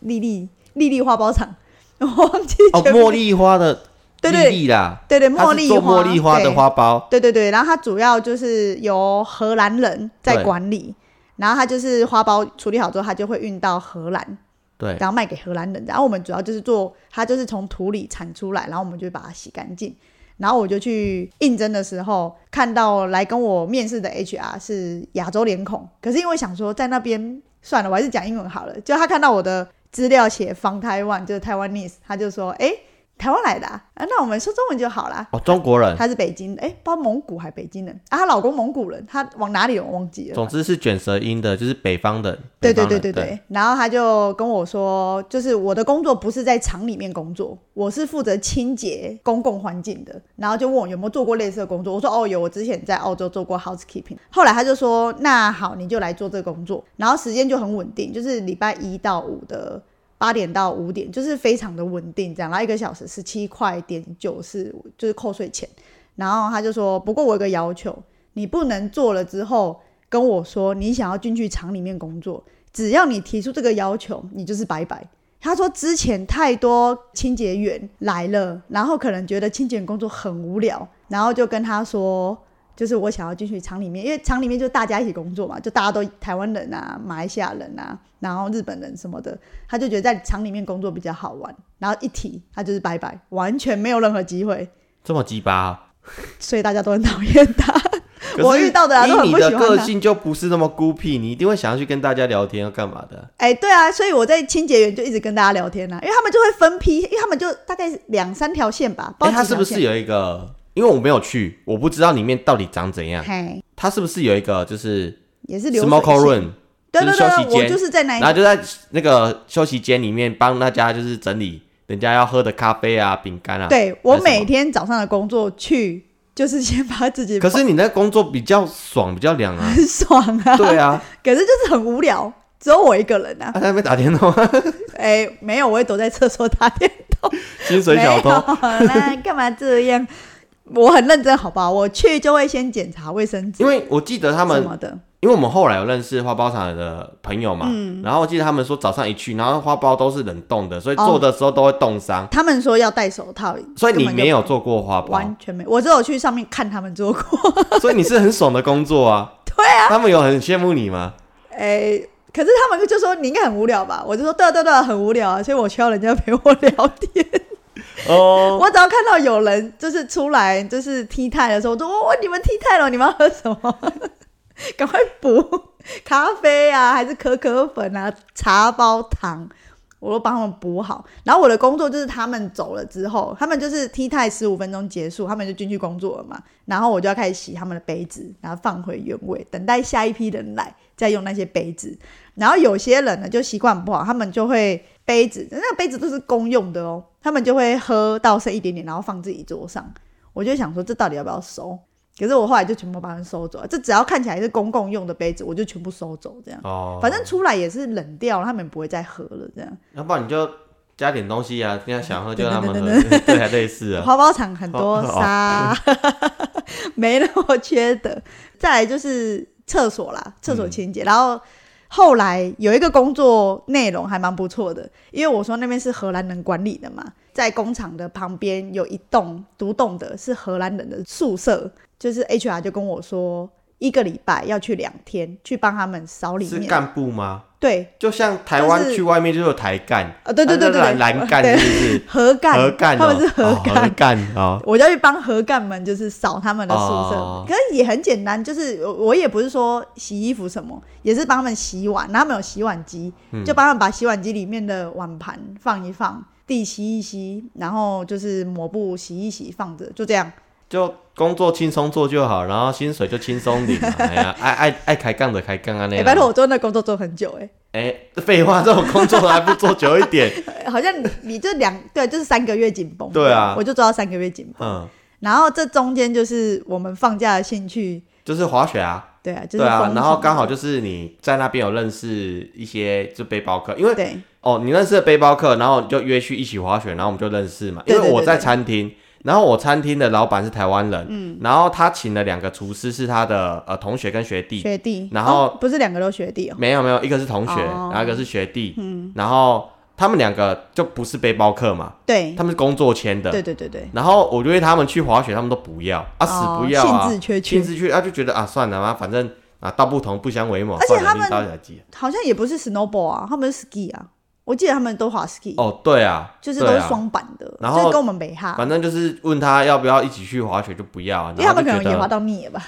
[SPEAKER 2] 丽丽丽丽花苞厂， 我忘记
[SPEAKER 3] 哦，
[SPEAKER 2] 全名
[SPEAKER 3] 茉莉花的
[SPEAKER 2] 对对
[SPEAKER 3] 莉莉啦，
[SPEAKER 2] 对对
[SPEAKER 3] 它
[SPEAKER 2] 茉
[SPEAKER 3] 是
[SPEAKER 2] 莉
[SPEAKER 3] 做茉莉花
[SPEAKER 2] 对
[SPEAKER 3] 的花苞，
[SPEAKER 2] 对对对，然后它主要就是由荷兰人在管理，然后它就是花苞处理好之后，它就会运到荷兰，
[SPEAKER 3] 对，
[SPEAKER 2] 然后卖给荷兰人。然后我们主要就是做，它就是从土里产出来，然后我们就把它洗干净。然后我就去应征的时候，看到来跟我面试的 HR 是亚洲脸孔，可是因为想说在那边算了，我还是讲英文好了。就他看到我的资料写 “from Taiwan”，就是 Taiwanese，他就说：“哎，台湾来的啊，啊那我们说中文就好啦。”
[SPEAKER 3] 哦，中国人，
[SPEAKER 2] 她是北京，哎、不知道蒙古还北京人啊，她老公蒙古人，她往哪里我忘记了
[SPEAKER 3] 总。之是卷舌音的，就是北方的，
[SPEAKER 2] 对
[SPEAKER 3] 北
[SPEAKER 2] 对
[SPEAKER 3] 方
[SPEAKER 2] 对
[SPEAKER 3] 人
[SPEAKER 2] 对对，，然后她就跟我说，就是我的工作不是在厂里面工作，我是负责清洁公共环境的。然后就问我有没有做过类似的工作，我说哦有，我之前在澳洲做过 housekeeping。后来她就说那好，你就来做这个工作，然后时间就很稳定，就是礼拜一到五的八点到五点，就是非常的稳定这样，然后一个小时十七块点九四，就是扣税前。然后他就说，不过我有个要求，你不能做了之后跟我说你想要进去厂里面工作，只要你提出这个要求，你就是拜拜。他说之前太多清洁员来了，然后可能觉得清洁工作很无聊，然后就跟他说。就是我想要进去厂里面，因为厂里面就大家一起工作嘛，就大家都台湾人啊、马来西亚人啊，然后日本人什么的，他就觉得在厂里面工作比较好玩。然后一提，他就是拜拜，完全没有任何机会，
[SPEAKER 3] 这么鸡巴哦。
[SPEAKER 2] 所以大家都很讨厌他。
[SPEAKER 3] 可
[SPEAKER 2] 我
[SPEAKER 3] 是
[SPEAKER 2] 遇到的啊
[SPEAKER 3] 以
[SPEAKER 2] 都很
[SPEAKER 3] 你
[SPEAKER 2] 不
[SPEAKER 3] 的
[SPEAKER 2] 喜欢
[SPEAKER 3] 个
[SPEAKER 2] 他
[SPEAKER 3] 性就不是那么孤僻，你一定会想要去跟大家聊天，要干嘛的？
[SPEAKER 2] 哎、对啊，所以我在清洁员就一直跟大家聊天啦、啊因为他们就会分批，因为他们就大概两三条线吧。包
[SPEAKER 3] 哎、
[SPEAKER 2] 几
[SPEAKER 3] 他是不
[SPEAKER 2] 条
[SPEAKER 3] 是
[SPEAKER 2] 线？
[SPEAKER 3] 有一个？因为我没有去，我不知道里面到底长怎样。
[SPEAKER 2] 嘿，
[SPEAKER 3] 他是不是有一个就是
[SPEAKER 2] 也是流水
[SPEAKER 3] smoke
[SPEAKER 2] 线哎
[SPEAKER 3] room，
[SPEAKER 2] 对
[SPEAKER 3] 就
[SPEAKER 2] 对
[SPEAKER 3] 是休息
[SPEAKER 2] 对，我
[SPEAKER 3] 间
[SPEAKER 2] 就是在那一
[SPEAKER 3] 然后就在那个休息间里面帮大家就是整理人家要喝的咖啡啊、饼干啊。。
[SPEAKER 2] 对我
[SPEAKER 3] 还是什么
[SPEAKER 2] 每天早上的工作去，就是先把自己
[SPEAKER 3] 可是你那工作比较爽，比较凉啊。
[SPEAKER 2] 很爽啊，
[SPEAKER 3] 对啊，
[SPEAKER 2] 可是就是很无聊，只有我一个人啊
[SPEAKER 3] 啊。他在那边打电动，
[SPEAKER 2] 哎、没有，我会躲在厕所打电动。
[SPEAKER 3] 薪水小偷。
[SPEAKER 2] 没有啦，干嘛这样？我很认真，好不好？我去就会先检查卫生纸
[SPEAKER 3] 因为我记得他
[SPEAKER 2] 什
[SPEAKER 3] 们
[SPEAKER 2] 么的。
[SPEAKER 3] 因为我们后来有认识花苞厂的朋友嘛，
[SPEAKER 2] 嗯
[SPEAKER 3] 然后我记得他们说早上一去，然后花苞都是冷冻的，所以
[SPEAKER 2] 哦
[SPEAKER 3] 做的时候都会冻伤，
[SPEAKER 2] 他们说要戴手套，
[SPEAKER 3] 所以
[SPEAKER 2] 根
[SPEAKER 3] 你
[SPEAKER 2] 本就
[SPEAKER 3] 没有做过花苞，
[SPEAKER 2] 完全没，我只有去上面看他们做过。
[SPEAKER 3] 所以你是很爽的工作啊。对啊，他们有很羡慕你吗？
[SPEAKER 2] 哎、可是他们就说你应该很无聊吧？我就说对啊对啊对啊，很无聊啊，所以我需要人家陪我聊天。
[SPEAKER 3] 哦，
[SPEAKER 2] 我只要看到有人就是出来就是踢泰的时候，我说哦你们踢泰了，你们要喝什么？ 赶快补咖啡啊，还是可可粉啊，茶包糖。我都帮他们补好，然后我的工作就是他们走了之后，他们就是踢泰十五分钟结束，他们就进去工作了嘛，然后我就要开始洗他们的杯子，然后放回原位，等待下一批人来再用那些杯子。然后有些人呢就习惯不好，他们就会杯子，那个杯子都是公用的哦，他们就会喝到剩一点点，然后放自己桌上。我就想说，这到底要不要收？可是我后来就全部把它们收走了，这只要看起来是公共用的杯子，我就全部收走，这样。
[SPEAKER 3] 哦，
[SPEAKER 2] 反正出来也是冷掉了，他们不会再喝了，这样。
[SPEAKER 3] 要不然你就加点东西啊，人家想喝就
[SPEAKER 2] 对
[SPEAKER 3] 让他们
[SPEAKER 2] 对
[SPEAKER 3] 喝
[SPEAKER 2] 对，
[SPEAKER 3] 对，还类似啊。
[SPEAKER 2] 花苞厂很多沙，
[SPEAKER 3] 哦
[SPEAKER 2] 没那么缺的。再来就是厕所
[SPEAKER 3] 嗯
[SPEAKER 2] 啦，厕所清洁。然后后来有一个工作内容还蛮不错的，因为我说那边是荷兰人管理的嘛，在工厂的旁边有一栋独栋的是荷兰人的宿舍，就是 HR 就跟我说。一个礼拜要去两天，去帮他们扫里
[SPEAKER 3] 是
[SPEAKER 2] 面。
[SPEAKER 3] 干部吗？
[SPEAKER 2] 对，
[SPEAKER 3] 就像台湾
[SPEAKER 2] 就是
[SPEAKER 3] 去外面就有台干，
[SPEAKER 2] 啊对对对对对
[SPEAKER 3] 啊那栏栏干
[SPEAKER 2] 对
[SPEAKER 3] 是不是？
[SPEAKER 2] 核 干，
[SPEAKER 3] 核干哦，
[SPEAKER 2] 他们是核
[SPEAKER 3] 哦
[SPEAKER 2] 干
[SPEAKER 3] 核，干哦，
[SPEAKER 2] 我就去帮核干们，就是扫他们的宿舍。
[SPEAKER 3] 哦
[SPEAKER 2] 可是也很简单，就是我我也不是说洗衣服什么，也是帮他们洗碗，然后他们有洗碗机，
[SPEAKER 3] 嗯
[SPEAKER 2] 就帮他们把洗碗机里面的碗盘放一放，地吸一吸，然后就是抹布洗一洗，放着，就这样。
[SPEAKER 3] 就工作轻松做就好，然后薪水就轻松领嘛。 哎呀，爱爱爱开杠的开杠啊，那
[SPEAKER 2] 哎、
[SPEAKER 3] 样。
[SPEAKER 2] 拜托，我做那工作做很久、欸，
[SPEAKER 3] 哎，废话，这种工作还不做久一 点？
[SPEAKER 2] 哎， 好像你你就两对，就是三个月紧绷。
[SPEAKER 3] 对啊
[SPEAKER 2] 我就做到三个月紧绷。
[SPEAKER 3] 嗯，
[SPEAKER 2] 然后这中间就是我们放假的兴趣，
[SPEAKER 3] 就是滑雪啊，
[SPEAKER 2] 对啊，就是
[SPEAKER 3] 对啊
[SPEAKER 2] 疯。
[SPEAKER 3] 然后
[SPEAKER 2] 狂
[SPEAKER 3] 刚好就是你在那边有认识一些就背包客，因为
[SPEAKER 2] 对
[SPEAKER 3] 哦，你认识的背包客，然后你就约去一起滑雪，然后我们就认识嘛。
[SPEAKER 2] 对
[SPEAKER 3] 因
[SPEAKER 2] 对
[SPEAKER 3] 为我在餐厅，然后我餐厅的老板是台湾人，
[SPEAKER 2] 嗯
[SPEAKER 3] 然后他请了两个厨师是他的呃同学跟学弟，
[SPEAKER 2] 学弟，
[SPEAKER 3] 然后
[SPEAKER 2] 哦不是两个都学弟哦，
[SPEAKER 3] 没有没有，一个是同学，
[SPEAKER 2] 哦嗯
[SPEAKER 3] 然后一个是学弟，然后他们两个就不是背包客嘛，
[SPEAKER 2] 对
[SPEAKER 3] 他，们是工作签的，
[SPEAKER 2] 嗯对对对对，
[SPEAKER 3] 然后我约他们去滑雪，他们都不要
[SPEAKER 2] 哦
[SPEAKER 3] 啊，死不要啊，
[SPEAKER 2] 兴致缺缺
[SPEAKER 3] 兴致缺缺啊，就觉得啊，算了嘛，反正啊，道不同不相为谋，
[SPEAKER 2] 而且
[SPEAKER 3] 算了
[SPEAKER 2] 他们
[SPEAKER 3] 拎刀起来记。
[SPEAKER 2] 好像也不是 snowboard 啊，他们是 ski 啊，我记得他们都滑 ski，
[SPEAKER 3] 哦，对啊，
[SPEAKER 2] 就是都
[SPEAKER 3] 对
[SPEAKER 2] 是
[SPEAKER 3] 啊，
[SPEAKER 2] 双板的，
[SPEAKER 3] 然
[SPEAKER 2] 就是
[SPEAKER 3] 后
[SPEAKER 2] 跟我们北哈，
[SPEAKER 3] 反正就是问他要不要一起去滑雪，就不要啊，
[SPEAKER 2] 因为
[SPEAKER 3] 然
[SPEAKER 2] 他
[SPEAKER 3] 后
[SPEAKER 2] 们可
[SPEAKER 3] 就觉
[SPEAKER 2] 能也滑
[SPEAKER 3] 得
[SPEAKER 2] 到腻了吧，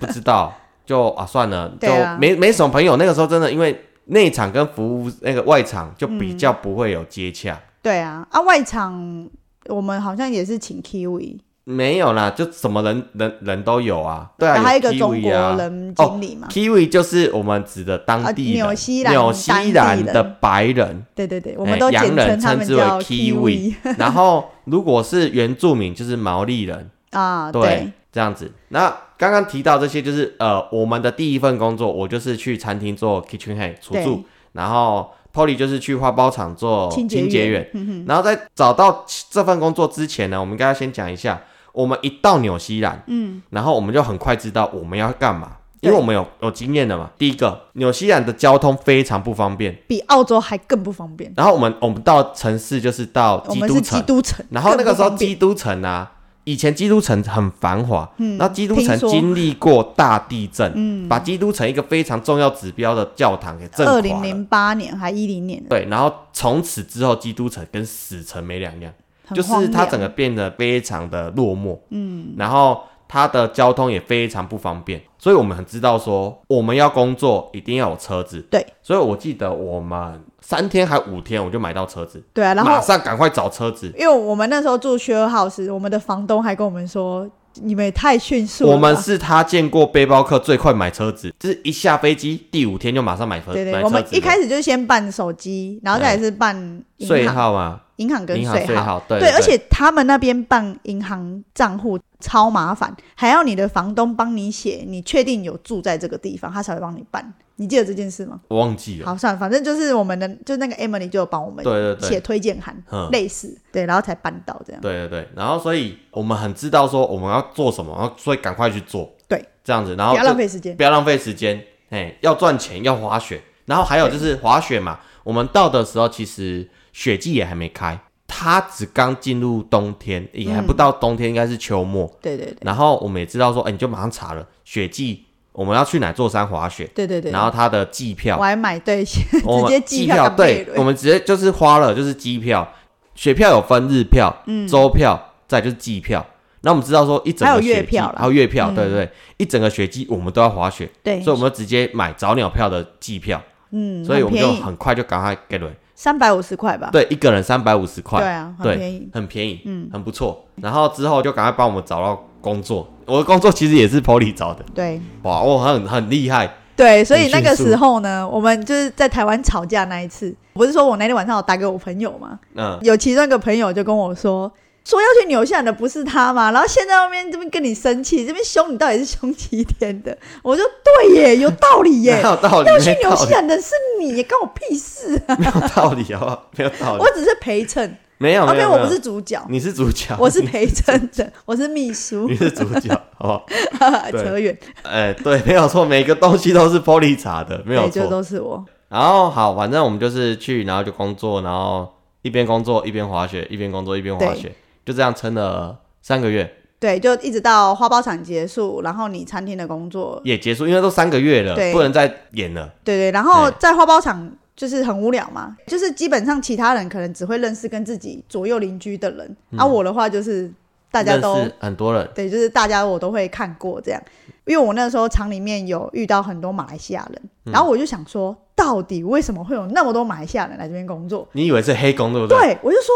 [SPEAKER 3] 不知道， 就啊算了，就
[SPEAKER 2] 对啊
[SPEAKER 3] 没没什么朋友。那个时候真的因为内场跟服务那个外场就比
[SPEAKER 2] 嗯
[SPEAKER 3] 较不会有接洽，
[SPEAKER 2] 对啊，啊外场我们好像也是请 kiwi，
[SPEAKER 3] 没有啦，就什么人人人都有啊，对啊，
[SPEAKER 2] 然后还有一
[SPEAKER 3] 有
[SPEAKER 2] 个
[SPEAKER 3] Kiwi
[SPEAKER 2] 中国
[SPEAKER 3] 啊
[SPEAKER 2] 人经理嘛，
[SPEAKER 3] Kiwi 就是我们指的当地人
[SPEAKER 2] 啊纽西兰
[SPEAKER 3] 纽西
[SPEAKER 2] 当地
[SPEAKER 3] 兰
[SPEAKER 2] 人
[SPEAKER 3] 的白人，
[SPEAKER 2] 对对对，我
[SPEAKER 3] 哎
[SPEAKER 2] 们都
[SPEAKER 3] 洋
[SPEAKER 2] 简
[SPEAKER 3] 人
[SPEAKER 2] 他们
[SPEAKER 3] 称之为
[SPEAKER 2] 叫
[SPEAKER 3] Kiwi 然后如果是原住民就是毛利人，
[SPEAKER 2] 啊，
[SPEAKER 3] 对，
[SPEAKER 2] 对，
[SPEAKER 3] 这样子。那刚刚提到这些，就是呃，我们的第一份工作，我就是去餐厅做 kitchen head 厨
[SPEAKER 2] 对
[SPEAKER 3] 助，然后 Polly 就是去花包厂做
[SPEAKER 2] 清
[SPEAKER 3] 清
[SPEAKER 2] 洁员嗯
[SPEAKER 3] 洁员。然后在找到这份工作之前呢，我们应该要先讲一下，我们一到纽西兰，嗯，然后我们就很快知道我们要干嘛。因为
[SPEAKER 2] 对
[SPEAKER 3] 我们有有经验的嘛。第一个，纽西兰的交通非常不方便。
[SPEAKER 2] 比澳洲还更不方便，
[SPEAKER 3] 然后我们我们到城市就是到
[SPEAKER 2] 我
[SPEAKER 3] 哦基
[SPEAKER 2] 们
[SPEAKER 3] 督
[SPEAKER 2] 是基
[SPEAKER 3] 城，
[SPEAKER 2] 督城，
[SPEAKER 3] 然后那个时候
[SPEAKER 2] 更不方便
[SPEAKER 3] 基督城啊，以前基督城很繁华，嗯，那基督城
[SPEAKER 2] 听说
[SPEAKER 3] 经历过大地震，嗯，把基督城一个非常重要指标的教堂给震垮
[SPEAKER 2] 二
[SPEAKER 3] 了。
[SPEAKER 2] 零零八年还一零年，
[SPEAKER 3] 对，然后从此之后，基督城跟死城没两样，
[SPEAKER 2] 很
[SPEAKER 3] 就是
[SPEAKER 2] 荒
[SPEAKER 3] 它
[SPEAKER 2] 凉
[SPEAKER 3] 整个变得非常的落寞，嗯，然后它的交通也非常不方便，所以我们很知道说，我们要工作一定要有车子，
[SPEAKER 2] 对，
[SPEAKER 3] 所以我记得我们三天还五天我就买到车子，
[SPEAKER 2] 对啊，然
[SPEAKER 3] 马
[SPEAKER 2] 后
[SPEAKER 3] 上赶快找车子。
[SPEAKER 2] 因为我们那时候住 share house，我们的房东还跟我们说，你们也太迅速了吧，
[SPEAKER 3] 我们是他见过背包客最快买车子，就是一下飞机第五天就马上买车，
[SPEAKER 2] 对对，
[SPEAKER 3] 买
[SPEAKER 2] 我
[SPEAKER 3] 车
[SPEAKER 2] 们
[SPEAKER 3] 子
[SPEAKER 2] 一开
[SPEAKER 3] 始
[SPEAKER 2] 始就是先办手机，然后再来是办
[SPEAKER 3] 税
[SPEAKER 2] 银行、
[SPEAKER 3] 号嘛，
[SPEAKER 2] 银行跟
[SPEAKER 3] 银行
[SPEAKER 2] 税
[SPEAKER 3] 税
[SPEAKER 2] 号。
[SPEAKER 3] 号，对
[SPEAKER 2] 对，而且他们那边办银行账户超麻烦，还要你的房东帮你写，你确定有住在这个地方，他才会帮你办。你记得这件事吗？
[SPEAKER 3] 我忘记了，
[SPEAKER 2] 好，算了，反正就是我们的，就那个 Emily 就有帮我们
[SPEAKER 3] 对对对
[SPEAKER 2] 写推荐函，
[SPEAKER 3] 嗯
[SPEAKER 2] 类似对，然后才办到这样。
[SPEAKER 3] 对对对，然后所以我们很知道说我们要做什么，然后所以赶快去做，
[SPEAKER 2] 对，
[SPEAKER 3] 这样子，然后
[SPEAKER 2] 不要
[SPEAKER 3] 就
[SPEAKER 2] 浪费时间。
[SPEAKER 3] 不要浪费时间，哎，要赚钱，要滑雪，然后还有就是滑雪嘛，我们到的时候其实雪季也还没开，它只刚进入冬天，也还不到冬天，应该是秋末，
[SPEAKER 2] 对对对
[SPEAKER 3] 然后我们也知道说，哎、你就马上查了雪季，我们要去哪座山滑雪，
[SPEAKER 2] 对对对。
[SPEAKER 3] 然后它的季
[SPEAKER 2] 我
[SPEAKER 3] 票，
[SPEAKER 2] 还买 对，
[SPEAKER 3] 我
[SPEAKER 2] 直
[SPEAKER 3] 们
[SPEAKER 2] 接
[SPEAKER 3] 机
[SPEAKER 2] 票
[SPEAKER 3] 票，
[SPEAKER 2] 干贝
[SPEAKER 3] 对，我
[SPEAKER 2] 伦，
[SPEAKER 3] 们直接就是花了就是机票，雪票有分日票、周票，再就是季票。那我们知道说一整
[SPEAKER 2] 嗯还有
[SPEAKER 3] 个雪
[SPEAKER 2] 月
[SPEAKER 3] 季
[SPEAKER 2] 票啦嗯
[SPEAKER 3] 还有月票，对对对，一整个雪季我们都要滑雪，
[SPEAKER 2] 对
[SPEAKER 3] 所以我们就直接买早鸟票的季票，
[SPEAKER 2] 嗯，
[SPEAKER 3] 所以我们就
[SPEAKER 2] 便宜
[SPEAKER 3] 很快就赶快给了，
[SPEAKER 2] 三百五十块吧，
[SPEAKER 3] 对，一个人三百五十块，
[SPEAKER 2] 对啊，很
[SPEAKER 3] 对，
[SPEAKER 2] 便宜，
[SPEAKER 3] 很便宜，嗯，很不错。然后之后就赶快帮我们找到工作，我的工作其实也是 Polly 找的，
[SPEAKER 2] 对
[SPEAKER 3] 哇，我很很厉害，
[SPEAKER 2] 对，所以
[SPEAKER 3] 很
[SPEAKER 2] 那
[SPEAKER 3] 迅
[SPEAKER 2] 个
[SPEAKER 3] 速
[SPEAKER 2] 时候呢，我们就是在台湾吵架那一次，我不是说我那天晚上有打给我朋友嘛，
[SPEAKER 3] 嗯，
[SPEAKER 2] 有其中一个朋友就跟我说。说要去纽西兰的不是他嘛，然后现在外面这边跟你生气，这边凶你到底是凶几天的？我说对 耶，有道理耶，
[SPEAKER 3] 哪有道理？
[SPEAKER 2] 要去
[SPEAKER 3] 没
[SPEAKER 2] 纽
[SPEAKER 3] 道
[SPEAKER 2] 西
[SPEAKER 3] 理，
[SPEAKER 2] 兰的是你，关我屁事啊！
[SPEAKER 3] 没有道理，好不好？没有道理
[SPEAKER 2] 我，只是陪衬，
[SPEAKER 3] 没有
[SPEAKER 2] 啊，
[SPEAKER 3] 没
[SPEAKER 2] 没有，
[SPEAKER 3] 有，
[SPEAKER 2] 我
[SPEAKER 3] 没有
[SPEAKER 2] 不是，主角，
[SPEAKER 3] 你是主角，
[SPEAKER 2] 我是陪衬的，我是秘书
[SPEAKER 3] 你，是主角，好不好？ 对
[SPEAKER 2] 扯远，
[SPEAKER 3] 哎，对，没有错，每个东西都是 Polly 查的，没有
[SPEAKER 2] 对，就
[SPEAKER 3] 错。
[SPEAKER 2] 都是我。
[SPEAKER 3] 然后好，反正我们就是去，然后就工作，然后一边工作一边滑雪，一边工作一边滑
[SPEAKER 2] 对
[SPEAKER 3] 雪，就这样撑了三个月，
[SPEAKER 2] 对，就一直到花包厂结束，然后你餐厅的工作，
[SPEAKER 3] 也结束，因为都三个月了
[SPEAKER 2] 对，
[SPEAKER 3] 不能再演了。
[SPEAKER 2] 对对，然后
[SPEAKER 3] 对
[SPEAKER 2] 在花包厂就是很无聊嘛，就是基本上其他人可能只会认识跟自己左右邻居的人，而啊，我的话就是大家都
[SPEAKER 3] 嗯认识很多人，
[SPEAKER 2] 对，就是大家我都会看过这样，因为我那时候厂里面有遇到很多马来西亚人，
[SPEAKER 3] 嗯
[SPEAKER 2] 然后我就想说，到底为什么会有那么多马来西亚人来这边工作？
[SPEAKER 3] 你以为是黑工对不对？
[SPEAKER 2] 对，我就说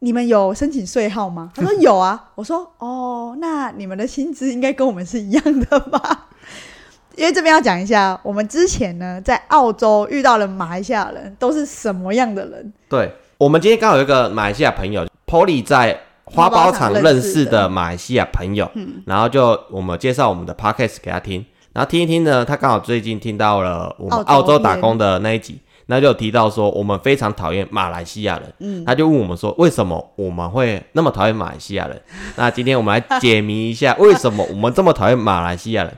[SPEAKER 2] 你们有申请税号吗？ 他说有啊。我说哦，那你们的薪资应该跟我们是一样的吧？ 因为这边要讲一下，我们之前呢在澳洲遇到了马来西亚人，都是什么样的人？
[SPEAKER 3] 对，我们今天刚好有一个马来西亚朋友，Polly 在花包厂认识的马来西亚朋友，
[SPEAKER 2] 嗯
[SPEAKER 3] 然后就我们介绍我们的 podcast 给他听，然后听一听呢，他刚好最近听到了我们
[SPEAKER 2] 澳
[SPEAKER 3] 澳
[SPEAKER 2] 洲
[SPEAKER 3] 洲打工的那一集，那就有提到说我们非常讨厌马来西亚人，嗯，他就问我们说为什么我们会那么讨厌马来西亚人？那今天我们来解谜一下，为什么我们这么讨厌马来西亚人？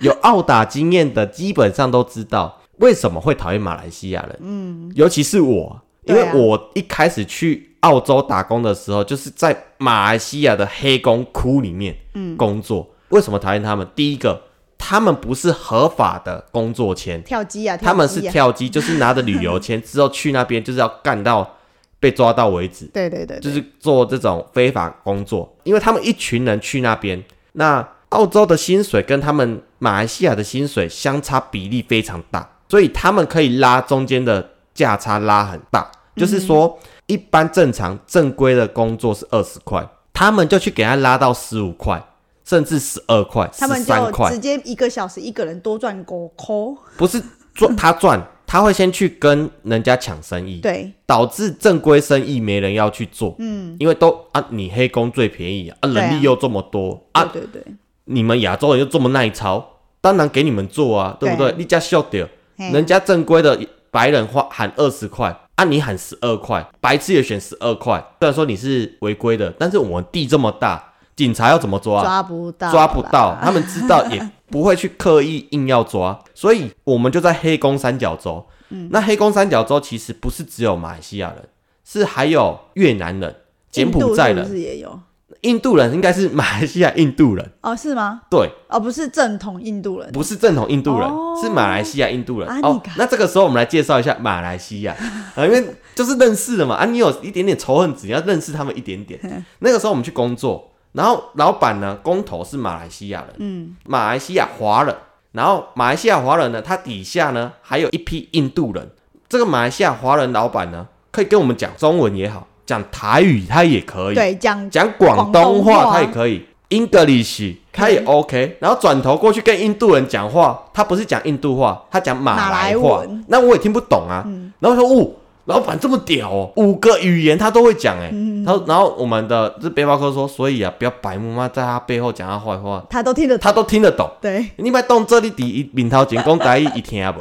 [SPEAKER 3] 有澳打经验的基本上都知道为什么会讨厌马来西亚人，嗯，尤其是我，因为
[SPEAKER 2] 对啊
[SPEAKER 3] 我一开始去澳洲打工的时候，就是在马来西亚的黑工窟里面
[SPEAKER 2] 嗯
[SPEAKER 3] 工作。为什么讨厌他们？第一个，他们不是合法的工作签，
[SPEAKER 2] 跳机啊，
[SPEAKER 3] 他们是
[SPEAKER 2] 机啊，
[SPEAKER 3] 跳机，就是拿着旅游 签之后去那边，就是要干到被抓到为止。
[SPEAKER 2] 对对对，
[SPEAKER 3] 就
[SPEAKER 2] 对
[SPEAKER 3] 是做这种非法工作，因为他们一群人去那边，那澳洲的薪水跟他们马来西亚的薪水相差比例非常大，所以他们可以拉中间的价差拉很大，
[SPEAKER 2] 嗯
[SPEAKER 3] 就是说一般正常正规的工作是二十块，他们就去给他拉到十五块，甚至十二块、十
[SPEAKER 2] 他们
[SPEAKER 3] 三
[SPEAKER 2] 就
[SPEAKER 3] 块
[SPEAKER 2] 直，接一个小时一个人多赚五扣，
[SPEAKER 3] 不是赚他赚，他会先去跟人家抢生意，
[SPEAKER 2] 对，
[SPEAKER 3] 导致正规生意没人要去做，嗯，因为都啊，你黑工最便宜啊，
[SPEAKER 2] 对啊
[SPEAKER 3] 人力又这么多啊
[SPEAKER 2] 对对对，
[SPEAKER 3] 你们亚洲人又这么耐操，当然给你们做啊，对不对？
[SPEAKER 2] 对
[SPEAKER 3] 你家笑掉，
[SPEAKER 2] 嘿
[SPEAKER 3] 人家正规的白人花喊二十块，啊，你喊十二块，白痴也选十二块，虽然说你是违规的，但是我们地这么大，警察要怎么抓啊？
[SPEAKER 2] 抓不到，
[SPEAKER 3] 抓不到，，他们知道也不会去刻意硬要抓，所以我们就在黑宫三角洲。那黑宫三角洲其实不是只有马来西亚人，是还有越南人、柬埔寨
[SPEAKER 2] 印度是不是
[SPEAKER 3] 人、
[SPEAKER 2] 也有？
[SPEAKER 3] 印度人，应该是马来西亚印度人，
[SPEAKER 2] 哦，是吗？
[SPEAKER 3] 对，
[SPEAKER 2] 哦，不是正统印度人，
[SPEAKER 3] 不是正统印度人，
[SPEAKER 2] 哦
[SPEAKER 3] 是马来西亚印度人。
[SPEAKER 2] 啊你
[SPEAKER 3] 哦
[SPEAKER 2] 看，
[SPEAKER 3] 那这个时候我们来介绍一下马来西 亚，啊，因为就是认识了嘛，啊，你有一点点仇恨值，你要认识他们一点点。 那个时候我们去工作，然后老板呢，工头是马来西亚人，嗯，马来西亚华人，然后马来西亚华人呢，他底下呢还有一批印度人。这个马来西亚华人老板呢，可以跟我们讲中文也好，讲台语他也可以，
[SPEAKER 2] 对，讲
[SPEAKER 3] 讲广东
[SPEAKER 2] 广东话
[SPEAKER 3] 话他也可以，English 他也 OK，然后转头过去跟印度人讲话，他不是讲印度话，他讲马来
[SPEAKER 2] 马来
[SPEAKER 3] 话
[SPEAKER 2] 文，嗯
[SPEAKER 3] 那我也听不懂啊。然后说，哦，老板这么屌哦，五个语言他都会讲哎。
[SPEAKER 2] 嗯
[SPEAKER 3] 他说然后我们的这背包客说，所以啊，不要白目嘛，在他背后讲他坏话，
[SPEAKER 2] 他都听得
[SPEAKER 3] 他都听得懂。
[SPEAKER 2] 对，
[SPEAKER 3] 你别动这里底一面头前讲台语，一听无，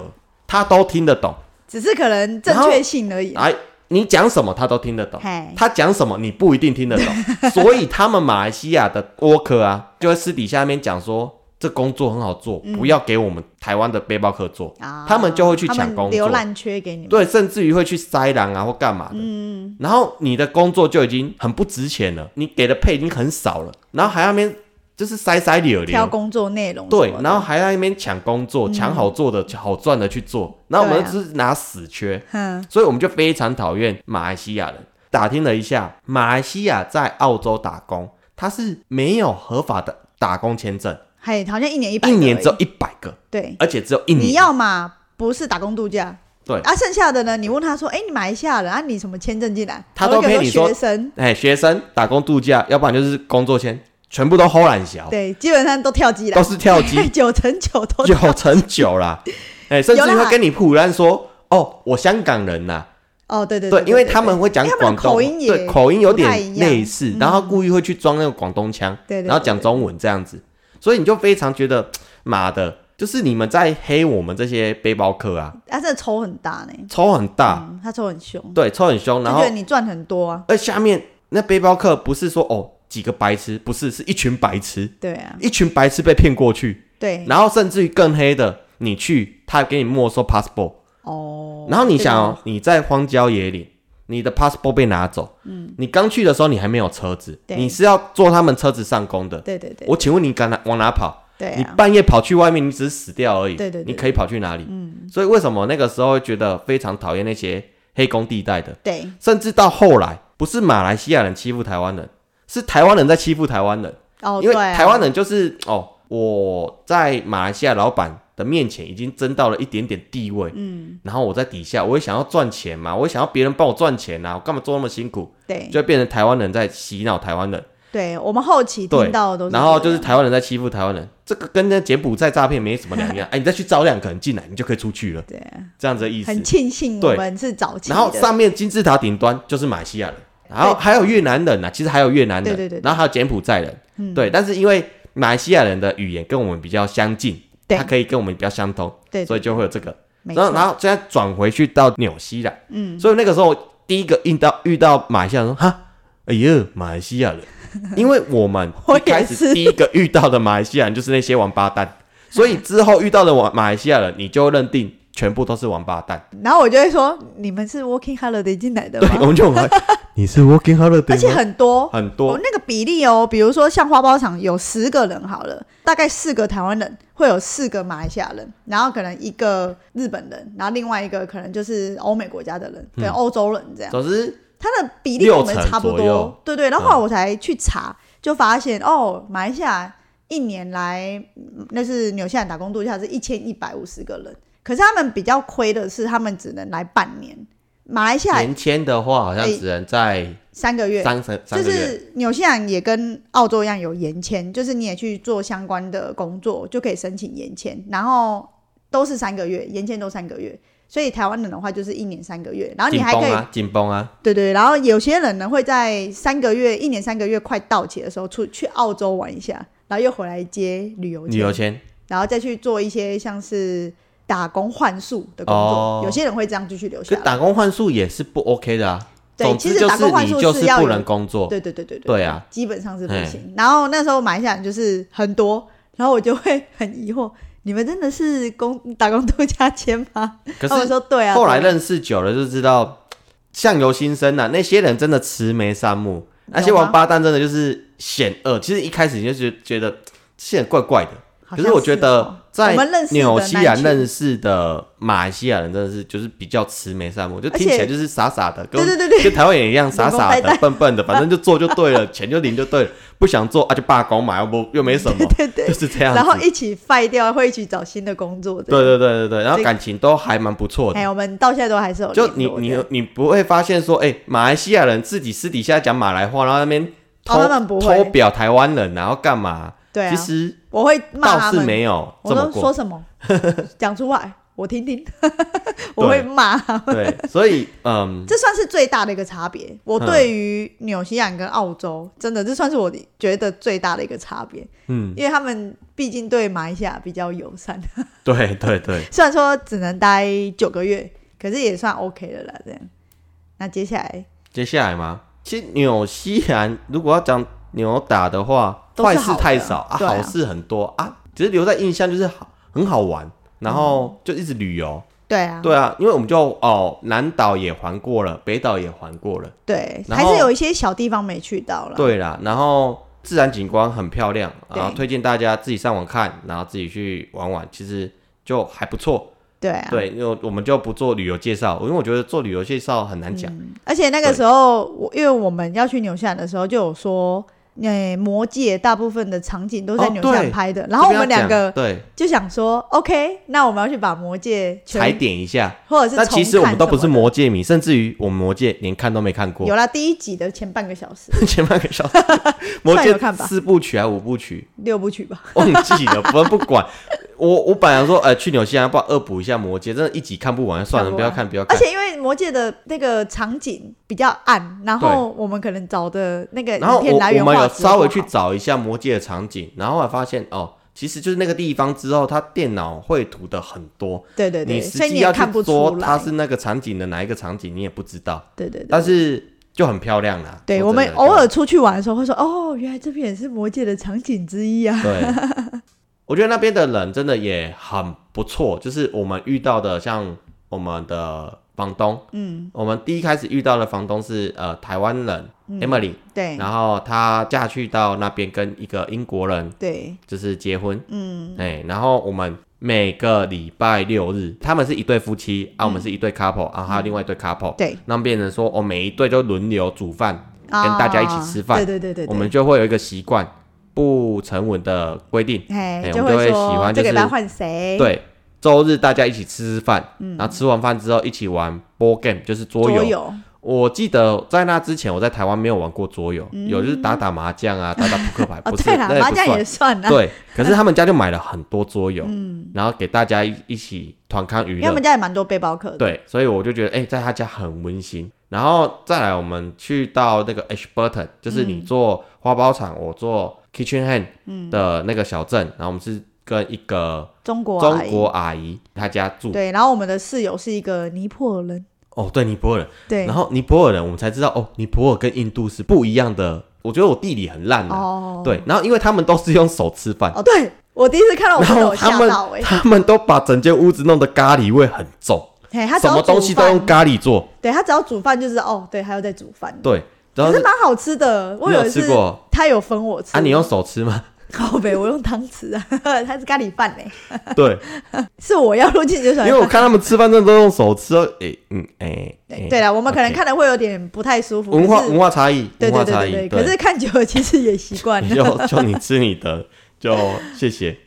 [SPEAKER 3] 他都听得懂。
[SPEAKER 2] 只是可能正确性而已。
[SPEAKER 3] 哎，你讲什么他都听得懂
[SPEAKER 2] 嘿，
[SPEAKER 3] 他讲什么你不一定听 得懂，所以他们马来西亚的 worker 啊，就会私底下面讲说。这工作很好做，不要给我们台湾的背包客做，
[SPEAKER 2] 嗯啊
[SPEAKER 3] 他们就会去
[SPEAKER 2] 他们
[SPEAKER 3] 抢工
[SPEAKER 2] 留
[SPEAKER 3] 作，
[SPEAKER 2] 烂缺给你们。
[SPEAKER 3] 对，甚至于会去塞狼啊或干嘛的。嗯，然后你的工作就已经很不值钱了，你给的配已经很少了，然后还要面就是塞塞里而已。
[SPEAKER 2] 挑工作内容什么
[SPEAKER 3] 对
[SPEAKER 2] 的，
[SPEAKER 3] 然后还在那边抢工作，抢好做的、好赚的去做，那我
[SPEAKER 2] 对
[SPEAKER 3] 们
[SPEAKER 2] 啊
[SPEAKER 3] 只是拿死缺，
[SPEAKER 2] 嗯
[SPEAKER 3] 所以我们就非常讨厌马来西亚人。打听了一下，马来西亚在澳洲打工，它是没有合法的打工签证，
[SPEAKER 2] 嘿，好像一年一百，
[SPEAKER 3] 一年嗯只有一百个，
[SPEAKER 2] 对，
[SPEAKER 3] 而且只有一年。
[SPEAKER 2] 你要嘛不是打工度假，
[SPEAKER 3] 对
[SPEAKER 2] 啊，剩下的呢，你问他说，哎，你马来西亚人啊，你什么签证进来？
[SPEAKER 3] 他都
[SPEAKER 2] 我那个
[SPEAKER 3] 跟你说
[SPEAKER 2] 学生，
[SPEAKER 3] 哎，学生打工度假，要不然就是工作签，全部都齁懒小，
[SPEAKER 2] 对，基本上都跳机
[SPEAKER 3] 哦都
[SPEAKER 2] 了，
[SPEAKER 3] 是跳机
[SPEAKER 2] 九成九 都
[SPEAKER 3] 九成 九啦。哎，甚至
[SPEAKER 2] 有啦
[SPEAKER 3] 会跟你普然说：“哦，我香港人呐、
[SPEAKER 2] 哦，对对
[SPEAKER 3] 对，因为他们会
[SPEAKER 2] 因
[SPEAKER 3] 讲
[SPEAKER 2] 为他
[SPEAKER 3] 广
[SPEAKER 2] 们
[SPEAKER 3] 东
[SPEAKER 2] 口音也
[SPEAKER 3] 对口音有
[SPEAKER 2] 不太一
[SPEAKER 3] 点
[SPEAKER 2] 样嗯
[SPEAKER 3] 类似，然后故意会去装那个广东腔，
[SPEAKER 2] 对对对
[SPEAKER 3] 然后讲中文这样子，所以你就非常觉得妈的，就是你们在黑我们这些背包客啊，
[SPEAKER 2] 啊，这抽很大呢，
[SPEAKER 3] 抽很大，
[SPEAKER 2] 嗯，他抽很凶，
[SPEAKER 3] 对，抽很凶，
[SPEAKER 2] 就
[SPEAKER 3] 啊然
[SPEAKER 2] 觉
[SPEAKER 3] 后
[SPEAKER 2] 得你赚很多啊，
[SPEAKER 3] 而下面那背包客不是说哦几个白痴，不是，是一群白痴，
[SPEAKER 2] 对啊，
[SPEAKER 3] 一群白痴被骗过去，
[SPEAKER 2] 对，
[SPEAKER 3] 然后甚至于更黑的，你去他给你没收 passport。
[SPEAKER 2] 哦，
[SPEAKER 3] 然后你
[SPEAKER 2] 这
[SPEAKER 3] 想
[SPEAKER 2] 个
[SPEAKER 3] 哦，你在荒郊野岭，你的 passport 被拿走，嗯，你刚去的时候你还没有车子，
[SPEAKER 2] 对
[SPEAKER 3] 你是要坐他们车子上工的。
[SPEAKER 2] 对对对，
[SPEAKER 3] 我请问你敢哪往哪跑？
[SPEAKER 2] 对
[SPEAKER 3] 你
[SPEAKER 2] 啊，
[SPEAKER 3] 半夜跑去外面，你只是死掉而已。
[SPEAKER 2] 对对对
[SPEAKER 3] 你可以跑去哪里？嗯，所以为什么那个时候会觉得非常讨厌那些黑工地带的？
[SPEAKER 2] 对，
[SPEAKER 3] 甚至到后来，不是马来西亚人欺负台湾人，是台湾人在欺负台湾人。
[SPEAKER 2] 哦，
[SPEAKER 3] 因为
[SPEAKER 2] 对啊
[SPEAKER 3] 台湾人就是哦，我在马来西亚老板的面前已经争到了一点点地位，嗯，然后我在底下，我也想要赚钱嘛，我也想要别人帮我赚钱呐、啊，我干嘛做那么辛苦？
[SPEAKER 2] 对
[SPEAKER 3] 就会变成台湾人在洗脑台湾人，
[SPEAKER 2] 对，我们后期
[SPEAKER 3] 对
[SPEAKER 2] 听到的都，是这样，
[SPEAKER 3] 然后就是台湾人在欺负台湾人，这个跟那柬埔寨诈骗没什么 两样。哎，你再去招两个人进来，你就可以出去了，
[SPEAKER 2] 对啊，
[SPEAKER 3] 这样子的意思。
[SPEAKER 2] 很庆幸我
[SPEAKER 3] 对
[SPEAKER 2] 们是早期的，
[SPEAKER 3] 然后上面金字塔顶端就是马来西亚人，然后
[SPEAKER 2] 对
[SPEAKER 3] 还有越南人呐、啊，其实还有越南人，
[SPEAKER 2] 对对对对嗯
[SPEAKER 3] 然后还有柬埔寨人，对。但是因为马来西亚人的语言跟我们比较相近，
[SPEAKER 2] 对
[SPEAKER 3] 他可以跟我们比较相通，
[SPEAKER 2] 对对
[SPEAKER 3] 所以就会有这个。
[SPEAKER 2] 没
[SPEAKER 3] 然后然
[SPEAKER 2] 错，
[SPEAKER 3] 后现在转回去到纽西兰，
[SPEAKER 2] 嗯，
[SPEAKER 3] 所以那个时候第一个遇到遇到马来西亚人说哈，哎呦，马来西亚人， 因为我们
[SPEAKER 2] 我
[SPEAKER 3] 一
[SPEAKER 2] 也
[SPEAKER 3] 开始
[SPEAKER 2] 是
[SPEAKER 3] 第一个遇到的马来西亚人就是那些王八蛋，所以之后遇到的王马来西亚人，你就会认定全部都是王八蛋。
[SPEAKER 2] 然后我就会说，你们是 Working Holiday 进来的
[SPEAKER 3] 对，我
[SPEAKER 2] 吗？
[SPEAKER 3] 们就很你是 working holiday，
[SPEAKER 2] 而且
[SPEAKER 3] 吗
[SPEAKER 2] 很多。
[SPEAKER 3] 很
[SPEAKER 2] 哦
[SPEAKER 3] 多，
[SPEAKER 2] 那个比例哦，比如说像花包厂有十个人好了，大概四个台湾人会有四个马来西亚人，然后可能一个日本人，然后另外一个可能就是欧美国家的人，
[SPEAKER 3] 嗯
[SPEAKER 2] 跟欧洲人这样。
[SPEAKER 3] 总之
[SPEAKER 2] 它的比例跟我们
[SPEAKER 3] 六成
[SPEAKER 2] 差不
[SPEAKER 3] 左右嗯
[SPEAKER 2] 多，对对。然后后来我才去查，就发现哦，马来西亚一年来嗯那是纽西兰打工度假是一千一百五十个人，可是他们比较亏的是，他们只能来半年。马来西亚
[SPEAKER 3] 年签的话好像
[SPEAKER 2] 哎
[SPEAKER 3] 只能在
[SPEAKER 2] 三个月，
[SPEAKER 3] 三三
[SPEAKER 2] 就
[SPEAKER 3] 三个月，
[SPEAKER 2] 是纽西兰也跟澳洲一样有延签，就是你也去做相关的工作就可以申请延签，然后都是三个月，延签都三个月。所以台湾人的话就是一年三个月，然后你
[SPEAKER 3] 紧
[SPEAKER 2] 还
[SPEAKER 3] 绷
[SPEAKER 2] 可以
[SPEAKER 3] 啊，紧绷啊，
[SPEAKER 2] 对对，然后有些人呢会在三个月、一年三个月快到期的时候出去澳洲玩一下，然后又回来接旅游
[SPEAKER 3] 旅游
[SPEAKER 2] 签，
[SPEAKER 3] 签
[SPEAKER 2] 然后再去做一些像是打工换宿的工作。
[SPEAKER 3] 哦
[SPEAKER 2] 有些人会这样继续留
[SPEAKER 3] 可
[SPEAKER 2] 下来。
[SPEAKER 3] 打工换宿也是不 OK 的啊。
[SPEAKER 2] 啊对
[SPEAKER 3] 总
[SPEAKER 2] 其
[SPEAKER 3] 之
[SPEAKER 2] 实
[SPEAKER 3] 就
[SPEAKER 2] 打工换
[SPEAKER 3] 你
[SPEAKER 2] 宿
[SPEAKER 3] 就是
[SPEAKER 2] 要
[SPEAKER 3] 不
[SPEAKER 2] 有
[SPEAKER 3] 能工作，
[SPEAKER 2] 对对对对对，
[SPEAKER 3] 对啊，
[SPEAKER 2] 基本上是不
[SPEAKER 3] 嘿
[SPEAKER 2] 行。然后那时候马来西亚人就是很多，然后我就会很疑惑，你们真的是工打工度假签吗？
[SPEAKER 3] 可
[SPEAKER 2] 他们
[SPEAKER 3] 是
[SPEAKER 2] 说对啊。
[SPEAKER 3] 后来
[SPEAKER 2] 对啊
[SPEAKER 3] 认识久了就知道，相由心生呐、啊那些人真的慈眉善目，那些
[SPEAKER 2] 有吗
[SPEAKER 3] 王八蛋真的就是险恶。其实一开始你就觉觉得这些人怪怪的，
[SPEAKER 2] 好
[SPEAKER 3] 可
[SPEAKER 2] 像
[SPEAKER 3] 是我觉
[SPEAKER 2] 哦
[SPEAKER 3] 得在
[SPEAKER 2] 我们认识的
[SPEAKER 3] 纽西
[SPEAKER 2] 那
[SPEAKER 3] 兰
[SPEAKER 2] 一群
[SPEAKER 3] 认识的马来西亚人真的是就是比较慈眉善目，就听起
[SPEAKER 2] 而
[SPEAKER 3] 来
[SPEAKER 2] 且
[SPEAKER 3] 就是傻傻的，跟
[SPEAKER 2] 对对对对
[SPEAKER 3] 跟台湾人一样傻
[SPEAKER 2] 公
[SPEAKER 3] 傻
[SPEAKER 2] 呆
[SPEAKER 3] 的、
[SPEAKER 2] 呆
[SPEAKER 3] 笨笨的，反正就做就对了，钱就领就对了，不想做啊就罢工嘛，又不又没什么，
[SPEAKER 2] 对对，
[SPEAKER 3] 就是这样子。
[SPEAKER 2] 然后一起废掉，会一起找新的工作这样。
[SPEAKER 3] 对对对对对，然后
[SPEAKER 2] 这
[SPEAKER 3] 感情都还蛮不错的
[SPEAKER 2] 哎、。我们到现在都还是有
[SPEAKER 3] 就
[SPEAKER 2] 联
[SPEAKER 3] 你
[SPEAKER 2] 络
[SPEAKER 3] 你
[SPEAKER 2] 这样
[SPEAKER 3] 你不会发现说，哎、马来西亚人自己私底下讲马来话，然后那边偷、
[SPEAKER 2] 哦他们不会
[SPEAKER 3] 偷表台湾人，然后干嘛？
[SPEAKER 2] 对啊，
[SPEAKER 3] 其实
[SPEAKER 2] 我会骂
[SPEAKER 3] 倒
[SPEAKER 2] 他
[SPEAKER 3] 是
[SPEAKER 2] 们，
[SPEAKER 3] 没有
[SPEAKER 2] 我
[SPEAKER 3] 这么
[SPEAKER 2] 说说
[SPEAKER 3] 过，
[SPEAKER 2] 什 么，讲出来我听听，我会骂他们。
[SPEAKER 3] 对， 所以嗯，
[SPEAKER 2] 这算是最大的一个差别。我
[SPEAKER 3] 嗯
[SPEAKER 2] 对于纽西兰跟澳洲，真的这算是我觉得最大的一个差别，
[SPEAKER 3] 嗯，
[SPEAKER 2] 因为他们毕竟对马来西亚比较友善，
[SPEAKER 3] 对对对，
[SPEAKER 2] 虽然说只能待九个月，可是也算 OK 的啦。这样，那接下来
[SPEAKER 3] 接下来嘛，其实纽西兰如果要讲扭打的话，
[SPEAKER 2] 都
[SPEAKER 3] 坏
[SPEAKER 2] 是
[SPEAKER 3] 事
[SPEAKER 2] 好的
[SPEAKER 3] 太少啊，
[SPEAKER 2] 对啊
[SPEAKER 3] 好事很多啊，只是留在印象就是好很好玩，
[SPEAKER 2] 嗯
[SPEAKER 3] 然后就一直旅游，
[SPEAKER 2] 对啊，
[SPEAKER 3] 对啊，因为我们就哦南岛也环过了，北岛也环过了。
[SPEAKER 2] 对，
[SPEAKER 3] 然
[SPEAKER 2] 还
[SPEAKER 3] 后
[SPEAKER 2] 是有一些小地方没去到了。
[SPEAKER 3] 对啦，然后自然景观很漂亮，
[SPEAKER 2] 对
[SPEAKER 3] 然后推荐大家自己上网看，然后自己去玩玩，其实就还不错。
[SPEAKER 2] 对啊，
[SPEAKER 3] 对，因为我们就不做旅游介绍，因为我觉得做旅游介绍很难讲。
[SPEAKER 2] 而且那个
[SPEAKER 3] 对
[SPEAKER 2] 时候，我因为我们要去纽西兰的时候，就有说，诶、魔界大部分的场景都在
[SPEAKER 3] 哦
[SPEAKER 2] 纽西兰
[SPEAKER 3] 对
[SPEAKER 2] 拍的。然后我们两个
[SPEAKER 3] 这边要讲
[SPEAKER 2] 就想说，OK，那我们要去把魔界
[SPEAKER 3] 对踩
[SPEAKER 2] 全
[SPEAKER 3] 点一下，
[SPEAKER 2] 或者是
[SPEAKER 3] 那其实
[SPEAKER 2] 重
[SPEAKER 3] 我
[SPEAKER 2] 看
[SPEAKER 3] 们都不是
[SPEAKER 2] 什么
[SPEAKER 3] 魔界迷，甚至于我们魔界连看都没看
[SPEAKER 2] 的
[SPEAKER 3] 过
[SPEAKER 2] 有，啦，第一集的前半个小时
[SPEAKER 3] 前半个小时 魔
[SPEAKER 2] 算
[SPEAKER 3] 界
[SPEAKER 2] 有看吧
[SPEAKER 3] 四部曲还是五部曲
[SPEAKER 2] 六部曲吧，
[SPEAKER 3] 忘记了，不不管。我我本来说，呃，去纽西兰不然恶补一下魔界，真的一集看不完，算了，
[SPEAKER 2] 看不
[SPEAKER 3] 不要
[SPEAKER 2] 完
[SPEAKER 3] 看，不要看
[SPEAKER 2] 而。且因为魔界的那个场景比较暗，然后我们可能找的那个
[SPEAKER 3] 然后
[SPEAKER 2] 呃影片
[SPEAKER 3] 我
[SPEAKER 2] 来
[SPEAKER 3] 我
[SPEAKER 2] 源
[SPEAKER 3] 们
[SPEAKER 2] 画
[SPEAKER 3] 有
[SPEAKER 2] 质都不好
[SPEAKER 3] 稍微去找一下《魔界的场景，然后我发现哦，其实就是那个地方之后，它电脑绘图的很多，
[SPEAKER 2] 对对对，
[SPEAKER 3] 你
[SPEAKER 2] 所以
[SPEAKER 3] 实
[SPEAKER 2] 你
[SPEAKER 3] 际
[SPEAKER 2] 也
[SPEAKER 3] 要去
[SPEAKER 2] 看不出
[SPEAKER 3] 说
[SPEAKER 2] 来，
[SPEAKER 3] 它是那个场景的哪一个场景，你也不知道，
[SPEAKER 2] 对对对。
[SPEAKER 3] 但是就很漂亮啦。
[SPEAKER 2] 对
[SPEAKER 3] 说
[SPEAKER 2] 我
[SPEAKER 3] 真的
[SPEAKER 2] 们
[SPEAKER 3] 就
[SPEAKER 2] 偶尔出去玩的时候会说，哦，原来这边也是魔界的场景之一啊。
[SPEAKER 3] 对，我觉得那边的人真的也很不错，就是我们遇到的像我们的房东，嗯，我们第一开始遇到的房东是呃台湾人、Emily，
[SPEAKER 2] 嗯对
[SPEAKER 3] 然后她嫁去到那边跟一个英国人。
[SPEAKER 2] 对，
[SPEAKER 3] 就是结婚，
[SPEAKER 2] 嗯，
[SPEAKER 3] 哎、然后我们每个礼拜六日，他们是一对夫妻
[SPEAKER 2] 嗯
[SPEAKER 3] 啊，我们是一对 couple，啊，还有另外一对 couple，、
[SPEAKER 2] 对，
[SPEAKER 3] 那变成说，哦，每一对就轮流煮饭，跟大家一起吃饭
[SPEAKER 2] 啊对对对对，
[SPEAKER 3] 我们就会有一个习惯，不成文的规定，
[SPEAKER 2] 哎
[SPEAKER 3] 哎
[SPEAKER 2] 就
[SPEAKER 3] 我们就
[SPEAKER 2] 会
[SPEAKER 3] 会
[SPEAKER 2] 说
[SPEAKER 3] 喜欢就
[SPEAKER 2] 这
[SPEAKER 3] 是
[SPEAKER 2] 个礼拜换谁，
[SPEAKER 3] 对，周日大家一起吃吃饭，然后吃完饭之后一起玩 board game，就是桌
[SPEAKER 2] 嗯
[SPEAKER 3] 游。
[SPEAKER 2] 桌游，
[SPEAKER 3] 我记得在那之前，我在台湾没有玩过桌游，有就是打打麻将啊，打打扑克牌，
[SPEAKER 2] 嗯哦
[SPEAKER 3] 不是，
[SPEAKER 2] 对啦
[SPEAKER 3] 那，也
[SPEAKER 2] 麻
[SPEAKER 3] 不
[SPEAKER 2] 将
[SPEAKER 3] 算
[SPEAKER 2] 也。算啦，
[SPEAKER 3] 对，可是他们家就买了很多桌游，然后给大家一一起团康娱
[SPEAKER 2] 因为我
[SPEAKER 3] 乐
[SPEAKER 2] 们。家也蛮多背包客的，
[SPEAKER 3] 对，所以我就觉得，哎、在他家很温馨。然后再来，我们去到那个 Ashburton，就是你做花苞厂，我做 Kitchen Hand 的那个小镇，然后我们是跟一个
[SPEAKER 2] 中国阿
[SPEAKER 3] 中
[SPEAKER 2] 姨
[SPEAKER 3] 国阿姨，她家住。
[SPEAKER 2] 对，然后我们的室友是一个尼泊尔人，
[SPEAKER 3] 哦，对，尼泊尔人。
[SPEAKER 2] 对，
[SPEAKER 3] 然后尼泊尔人，我们才知道哦，尼泊尔跟印度是不一样的。我觉得我地理很烂的、
[SPEAKER 2] 哦，
[SPEAKER 3] 对，，然后因为他们都是用手吃饭，
[SPEAKER 2] 哦，对我第一次看到我
[SPEAKER 3] 然
[SPEAKER 2] 朋
[SPEAKER 3] 后
[SPEAKER 2] 友
[SPEAKER 3] 他
[SPEAKER 2] 吓
[SPEAKER 3] 们
[SPEAKER 2] 到哎、欸，
[SPEAKER 3] 他们都把整间屋子弄得咖喱味很重，
[SPEAKER 2] 嘿，他只
[SPEAKER 3] 什
[SPEAKER 2] 要
[SPEAKER 3] 么东
[SPEAKER 2] 煮
[SPEAKER 3] 西都用
[SPEAKER 2] 饭
[SPEAKER 3] 咖喱做。
[SPEAKER 2] 对他只要煮饭就知道哦，对，他又在煮饭，
[SPEAKER 3] 对，
[SPEAKER 2] 可
[SPEAKER 3] 然后
[SPEAKER 2] 是蛮好吃的，我
[SPEAKER 3] 你有
[SPEAKER 2] 一
[SPEAKER 3] 吃
[SPEAKER 2] 次
[SPEAKER 3] 过
[SPEAKER 2] 他有分我吃
[SPEAKER 3] 啊，你用手 吃吗？
[SPEAKER 2] 靠北，我用汤匙啊， 它是咖喱饭哎、
[SPEAKER 3] 对，
[SPEAKER 2] 是我要录进去
[SPEAKER 3] 因
[SPEAKER 2] 才
[SPEAKER 3] 为我看他们吃饭真的都用手吃哦。诶，嗯，诶，诶
[SPEAKER 2] 对了，我们可能
[SPEAKER 3] OK
[SPEAKER 2] 看的会有点不太舒服，
[SPEAKER 3] 文化
[SPEAKER 2] 可是
[SPEAKER 3] 文化差异，
[SPEAKER 2] 对对
[SPEAKER 3] 文化
[SPEAKER 2] 对
[SPEAKER 3] 差
[SPEAKER 2] 对对，
[SPEAKER 3] 异。
[SPEAKER 2] 可是看久了其实也习惯
[SPEAKER 3] 你
[SPEAKER 2] 了。
[SPEAKER 3] 就就你吃你的，就谢谢。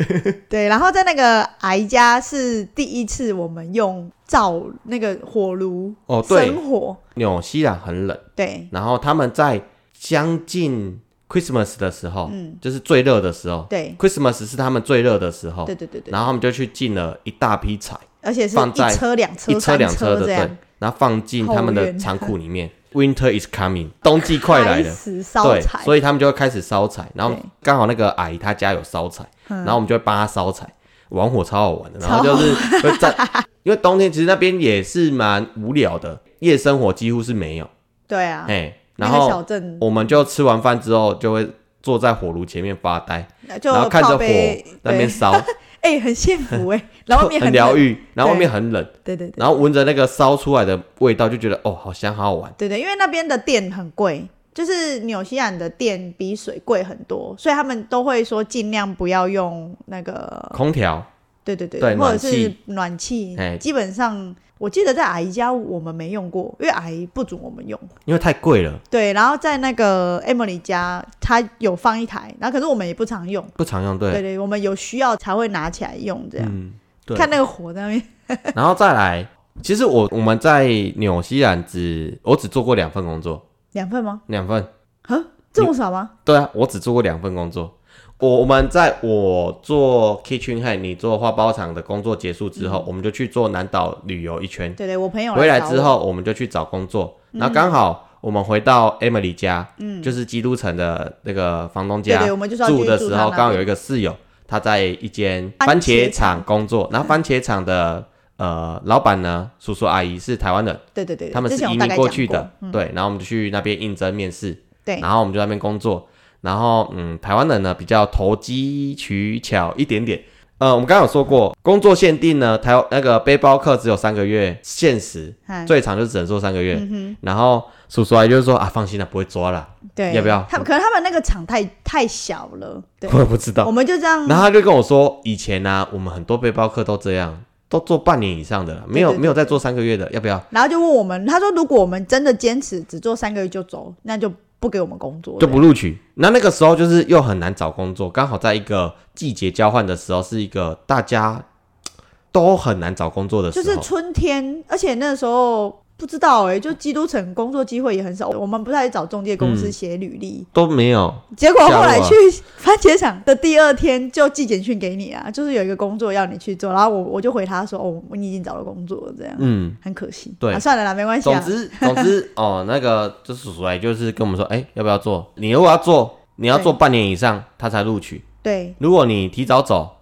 [SPEAKER 2] 对，然后在那个阿姨家是第一次我们用灶那个火炉
[SPEAKER 3] 哦对
[SPEAKER 2] 生火，
[SPEAKER 3] 纽西兰很冷，
[SPEAKER 2] 对
[SPEAKER 3] 然后他们在将近 Christmas 的时候，
[SPEAKER 2] 嗯
[SPEAKER 3] 就是最热的时候，
[SPEAKER 2] 对
[SPEAKER 3] ，Christmas 是他们最热的时候，
[SPEAKER 2] 对对对对，
[SPEAKER 3] 然后他们就去进了一大批柴，
[SPEAKER 2] 而且是
[SPEAKER 3] 放在
[SPEAKER 2] 一车两车
[SPEAKER 3] 一车
[SPEAKER 2] 三
[SPEAKER 3] 两车的，
[SPEAKER 2] 这样
[SPEAKER 3] 对，然后放进他们
[SPEAKER 2] 后
[SPEAKER 3] 的
[SPEAKER 2] 院
[SPEAKER 3] 仓库里面。Winter is coming，冬季快来
[SPEAKER 2] 开
[SPEAKER 3] 了。
[SPEAKER 2] 始烧
[SPEAKER 3] 对，
[SPEAKER 2] 柴，
[SPEAKER 3] 所以他们就会开始烧柴，然后
[SPEAKER 2] 对嗯
[SPEAKER 3] 刚好那个阿姨她家有烧柴，然后我们就会帮她烧柴，玩火超好玩的，然后就是会站，因为冬天其实那边也是蛮无聊的，夜生活几乎是没有，
[SPEAKER 2] 对啊，
[SPEAKER 3] 哎、
[SPEAKER 2] 那
[SPEAKER 3] 然
[SPEAKER 2] 个小
[SPEAKER 3] 后
[SPEAKER 2] 镇
[SPEAKER 3] 我们就吃完饭之后就会坐在火炉前面发呆，
[SPEAKER 2] 就
[SPEAKER 3] 然后看着
[SPEAKER 2] 靠
[SPEAKER 3] 火
[SPEAKER 2] 背
[SPEAKER 3] 那边
[SPEAKER 2] 对，
[SPEAKER 3] 烧，
[SPEAKER 2] 哎，很幸福 哎，然后外面
[SPEAKER 3] 很
[SPEAKER 2] 很
[SPEAKER 3] 疗
[SPEAKER 2] 冷，
[SPEAKER 3] 愈，然后
[SPEAKER 2] 对
[SPEAKER 3] 外面很冷，
[SPEAKER 2] 对对对
[SPEAKER 3] 然后闻着那个烧出来的味道就觉得哦，好香，好好玩，
[SPEAKER 2] 对对，因为那边的电很贵。就是纽西兰的电比水贵很多，所以他们都会说尽量不要用那个
[SPEAKER 3] 空调
[SPEAKER 2] 对对对，
[SPEAKER 3] 对
[SPEAKER 2] 或者
[SPEAKER 3] 暖
[SPEAKER 2] 是
[SPEAKER 3] 气
[SPEAKER 2] 暖气
[SPEAKER 3] 哎，
[SPEAKER 2] 基本上我记得在阿姨家我们没用过，因为阿姨不准我们用。
[SPEAKER 3] 因为太贵了，
[SPEAKER 2] 对，然后在那个 Emily 家，她有放一台，然后可是我们也不常用。
[SPEAKER 3] 不常用，对，啊
[SPEAKER 2] 对对，我们有需要才会拿起来用，这样、
[SPEAKER 3] 嗯，对，
[SPEAKER 2] 看那个火在那边。
[SPEAKER 3] 然后再来，其实我我们在纽西兰只我只做过两份工作，
[SPEAKER 2] 两份吗？
[SPEAKER 3] 两份，
[SPEAKER 2] 啊，这么少吗？
[SPEAKER 3] 对啊，我只做过两份工作。我我们在我做 kitchen head，你做花包厂的工作结束之后，我们就去做南岛旅游一圈，
[SPEAKER 2] 对对，我朋友
[SPEAKER 3] 回嗯来
[SPEAKER 2] 找
[SPEAKER 3] 之
[SPEAKER 2] 我，
[SPEAKER 3] 后我们就去找工作，然后刚好。我们回到 Emily 家，嗯，就是基督城的那个房东家，
[SPEAKER 2] 对对我们就是要
[SPEAKER 3] 住的
[SPEAKER 2] 去
[SPEAKER 3] 时
[SPEAKER 2] 住
[SPEAKER 3] 候，
[SPEAKER 2] 他那
[SPEAKER 3] 刚好
[SPEAKER 2] 边
[SPEAKER 3] 有一个室友，他在一间
[SPEAKER 2] 番
[SPEAKER 3] 番
[SPEAKER 2] 茄
[SPEAKER 3] 茄厂工作，然后番茄厂的呃老板呢，叔叔阿姨是台湾人，
[SPEAKER 2] 对对对，对
[SPEAKER 3] 他们
[SPEAKER 2] 之
[SPEAKER 3] 是
[SPEAKER 2] 前我
[SPEAKER 3] 移
[SPEAKER 2] 大
[SPEAKER 3] 民
[SPEAKER 2] 概
[SPEAKER 3] 过
[SPEAKER 2] 讲
[SPEAKER 3] 去
[SPEAKER 2] 过嗯
[SPEAKER 3] 的，对，然后我们就去那边应征面试，
[SPEAKER 2] 对
[SPEAKER 3] 然后我们就在那边工作，然后嗯，台湾人呢比较投机取巧一点点，呃，我们刚刚有说过，工作限定呢，台那个背包客只有三个月限时，
[SPEAKER 2] 嗨
[SPEAKER 3] 最长就只能做三个月，
[SPEAKER 2] 嗯
[SPEAKER 3] 然后叔叔阿姨就说啊，放心了，不会抓啦，
[SPEAKER 2] 对，
[SPEAKER 3] 要不要
[SPEAKER 2] 他们可能他们那个厂太太小了，对
[SPEAKER 3] 我，也不知道
[SPEAKER 2] 我，们就这样。
[SPEAKER 3] 然后他就跟我说，以前呢、我们很多背包客都这样，都做半年以上的了，没有
[SPEAKER 2] 对对对
[SPEAKER 3] 没有再做三个月的，要不要？
[SPEAKER 2] 然后就问我们，他说如果我们真的坚持只做三个月就走，那就不给我们工作，
[SPEAKER 3] 就不录取。那那个时候就是又很难找工作，刚好在一个季节交换的时候，是一个大家都很难找工作的时
[SPEAKER 2] 就
[SPEAKER 3] 候。
[SPEAKER 2] 是春天，而且那时候不知道哎、就基督城工作机会也很少，我们不太找中介公司写履历，
[SPEAKER 3] 都没有，
[SPEAKER 2] 结果后来
[SPEAKER 3] 吓我啊
[SPEAKER 2] 去番茄厂的第二天就寄简讯给你啊，就是有一个工作要你去做，然后我我就回他说哦，你已经找了工作了，这样、
[SPEAKER 3] 嗯，
[SPEAKER 2] 很可惜，
[SPEAKER 3] 对
[SPEAKER 2] 啊、算了啦，没关系
[SPEAKER 3] 总
[SPEAKER 2] 啊，
[SPEAKER 3] 之总之哦，那个就是叔叔来就是跟我们说，哎、要不要做？你如果要做，你要做半年以上，他才录取。
[SPEAKER 2] 对
[SPEAKER 3] 如果你提早走，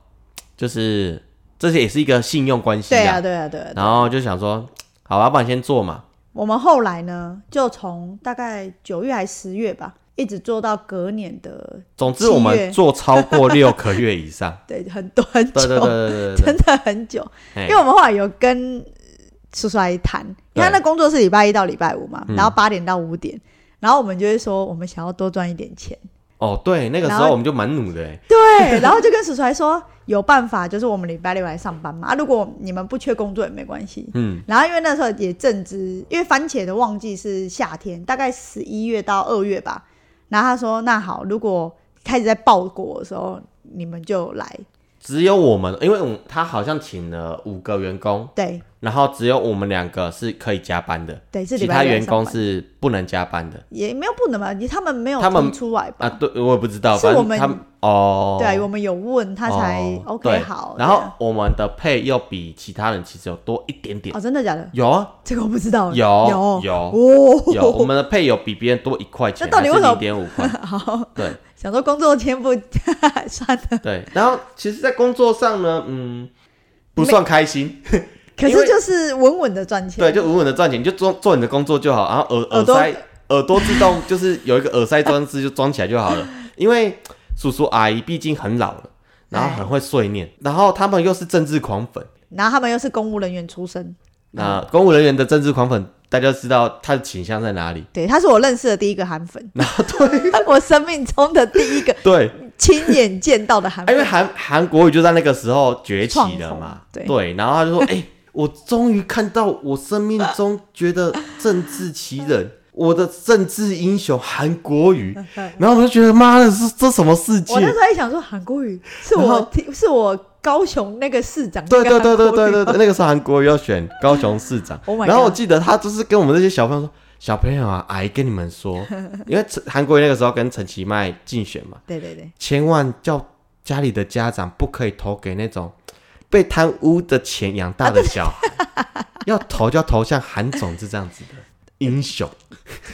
[SPEAKER 3] 就是这些也是一个信用关系
[SPEAKER 2] 对
[SPEAKER 3] 啊
[SPEAKER 2] 啊，。对啊，对啊，
[SPEAKER 3] 然后就想说，好啊吧，不然先做嘛。
[SPEAKER 2] 我们后来呢，就从大概九月还十月吧，一直做到隔年的，
[SPEAKER 3] 总之我
[SPEAKER 2] 七月。
[SPEAKER 3] 们做超过六个月以上
[SPEAKER 2] 对，很 多很久，
[SPEAKER 3] 对对对哎对对对，
[SPEAKER 2] 真的很久。
[SPEAKER 3] 嘿
[SPEAKER 2] 因为我们后来有跟叔叔阿姨谈，因为他那工作是礼拜一到礼拜五嘛，
[SPEAKER 3] 嗯
[SPEAKER 2] 然后八点到五点，然后我们就会说我们想要多赚一点 钱，
[SPEAKER 3] 哦，对，那个时
[SPEAKER 2] 然后
[SPEAKER 3] 候我们就蛮努的欸，
[SPEAKER 2] 对，然后就跟叔叔阿姨说有办法，就是我们礼拜六来上班嘛，啊，如果你们不缺工作也没关系。
[SPEAKER 3] 嗯，
[SPEAKER 2] 然后因为那时候也正值，因为番茄的旺季是夏天，大概十一月到二月吧。然后他说：“那好，如果开始在报果的时候，你们就来。
[SPEAKER 3] 只有我们，因为我他好像请了五个员工，
[SPEAKER 2] 对
[SPEAKER 3] 然后只有我们两个是可以加班的，
[SPEAKER 2] 对，是礼
[SPEAKER 3] 其
[SPEAKER 2] 拜
[SPEAKER 3] 他
[SPEAKER 2] 六来
[SPEAKER 3] 员
[SPEAKER 2] 上
[SPEAKER 3] 工
[SPEAKER 2] 班
[SPEAKER 3] 是不能加班的
[SPEAKER 2] 也没有不能吧，也他们没有
[SPEAKER 3] 他们
[SPEAKER 2] 提出来吧？
[SPEAKER 3] 啊。对，我也不知道，
[SPEAKER 2] 是
[SPEAKER 3] 反
[SPEAKER 2] 我
[SPEAKER 3] 正
[SPEAKER 2] 们
[SPEAKER 3] 他们哦，
[SPEAKER 2] 对啊，我们有问他才
[SPEAKER 3] 哦
[SPEAKER 2] OK
[SPEAKER 3] 对
[SPEAKER 2] 好。
[SPEAKER 3] 然
[SPEAKER 2] 对
[SPEAKER 3] 后
[SPEAKER 2] 啊
[SPEAKER 3] 我们的配又比其他人其实有多一点点
[SPEAKER 2] 哦，，真的假的？
[SPEAKER 3] 有啊
[SPEAKER 2] 这个我不知道。
[SPEAKER 3] 有
[SPEAKER 2] 有
[SPEAKER 3] 有
[SPEAKER 2] 哦，
[SPEAKER 3] 有，我们的配有比别人多一块钱，
[SPEAKER 2] 那到底为什么
[SPEAKER 3] 零点五块？
[SPEAKER 2] 好
[SPEAKER 3] 对，
[SPEAKER 2] 想说工作天赋 算了，
[SPEAKER 3] 对，然后其实，在工作上呢，嗯，不算开心，
[SPEAKER 2] 可
[SPEAKER 3] 因为
[SPEAKER 2] 是就是稳稳的赚钱。
[SPEAKER 3] 对，就稳稳的赚钱，你就做做你的工作就好，然后耳
[SPEAKER 2] 耳
[SPEAKER 3] 耳
[SPEAKER 2] 朵
[SPEAKER 3] 塞耳朵自动就是有一个耳塞装置就装起来就 好了，因为叔叔阿姨毕竟很老
[SPEAKER 2] 哎
[SPEAKER 3] 了，然后很会碎念，然后他们又是政治狂粉，
[SPEAKER 2] 然后他们又是公务人员出身，
[SPEAKER 3] 那
[SPEAKER 2] 嗯
[SPEAKER 3] 公务人员的政治狂粉，大家知道他的倾向在哪里？
[SPEAKER 2] 对，他是我认识的第一个韩 粉，对，我生命中的第一个
[SPEAKER 3] 对，
[SPEAKER 2] 亲眼见到的韩
[SPEAKER 3] 啊哎因为
[SPEAKER 2] 粉，
[SPEAKER 3] 韩韩国语就在那个时候崛起了嘛，
[SPEAKER 2] 创红对
[SPEAKER 3] 然后他就说：“哎、我终于看到我生命中觉得政治奇 人，我的政治英雄韩国瑜。”然后我就觉得妈的，这这什么世界
[SPEAKER 2] 我？那时候还想说韩国语是
[SPEAKER 3] 然
[SPEAKER 2] 我
[SPEAKER 3] 后
[SPEAKER 2] 听是我高雄那个市长，
[SPEAKER 3] 对
[SPEAKER 2] 那个
[SPEAKER 3] 对对对
[SPEAKER 2] 韩国
[SPEAKER 3] 对
[SPEAKER 2] 瑜
[SPEAKER 3] 对
[SPEAKER 2] 吗
[SPEAKER 3] 对，那个时候韩国瑜要选高雄市长
[SPEAKER 2] Oh my，god
[SPEAKER 3] 然后我记得他就是跟我们这些小朋友说：“小朋友啊，阿姨跟你们 说，因为陈韩国瑜那个时候跟陈其迈竞选嘛，
[SPEAKER 2] 对对对，
[SPEAKER 3] 千万叫家里的家长不可以投给那种被贪污的钱养大的小 孩，要投就要投像韩总是这样子的 英雄。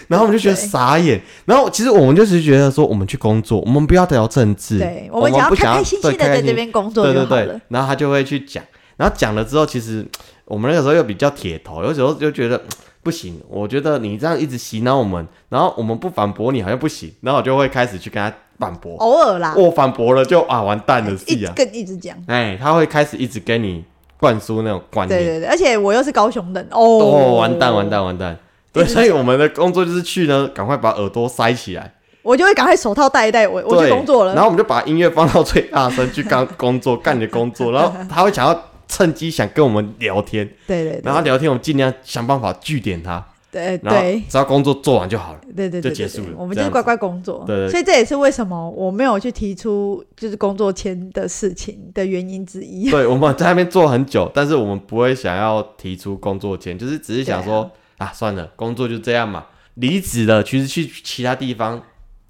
[SPEAKER 3] 然后我们就觉得傻眼，然后其实我们就是觉得说，我们去工作，我们不要聊政治，
[SPEAKER 2] 对我
[SPEAKER 3] 我
[SPEAKER 2] 们只要
[SPEAKER 3] 不想
[SPEAKER 2] 开开心心
[SPEAKER 3] 对
[SPEAKER 2] 地在
[SPEAKER 3] 开开心
[SPEAKER 2] 这边工作
[SPEAKER 3] 对
[SPEAKER 2] 就
[SPEAKER 3] 对
[SPEAKER 2] 好了
[SPEAKER 3] 对。然后他就会去讲，然后讲了之后，其实我们那个时候又比较铁头，有时候就觉得嗯不行，我觉得你这样一直洗脑我们，然后我们不反驳你好像不行，然后我就会开始去跟他反驳。
[SPEAKER 2] 偶尔啦，
[SPEAKER 3] 我反驳了就啊完蛋了
[SPEAKER 2] 一
[SPEAKER 3] 是
[SPEAKER 2] 直
[SPEAKER 3] 啊，
[SPEAKER 2] 跟一直讲，
[SPEAKER 3] 哎，他会开始一直跟你灌输那种观
[SPEAKER 2] 对对
[SPEAKER 3] 念，
[SPEAKER 2] 对，而且我又是高雄人
[SPEAKER 3] 哦
[SPEAKER 2] 哦，
[SPEAKER 3] 完蛋完，蛋完蛋，对，所以我们的工作就是去呢，赶快把耳朵塞起来，
[SPEAKER 2] 我就会赶快手套戴一戴，我我去
[SPEAKER 3] 对
[SPEAKER 2] 工作了，
[SPEAKER 3] 然后我们就把音乐放到最大声去干工作，干你的工 作，然后他会想要趁机想跟我们聊天，
[SPEAKER 2] 对对对，
[SPEAKER 3] 然后聊天我们尽量想办法据点他，
[SPEAKER 2] 对
[SPEAKER 3] 然后
[SPEAKER 2] 对。
[SPEAKER 3] 只要工作做完就好了，
[SPEAKER 2] 对对对，
[SPEAKER 3] 就
[SPEAKER 2] 对
[SPEAKER 3] 结
[SPEAKER 2] 对
[SPEAKER 3] 束了
[SPEAKER 2] 我们就
[SPEAKER 3] 这
[SPEAKER 2] 是
[SPEAKER 3] 样
[SPEAKER 2] 乖
[SPEAKER 3] 子
[SPEAKER 2] 乖工作，
[SPEAKER 3] 对对
[SPEAKER 2] 所以这也是为什么我没有去提出就是工作签的事情的原因之一。
[SPEAKER 3] 对，我们在那边做很久，但是我们不会想要提出工作签，就是只是想说啊算了，工作就这样嘛。离职了，其实去其他地方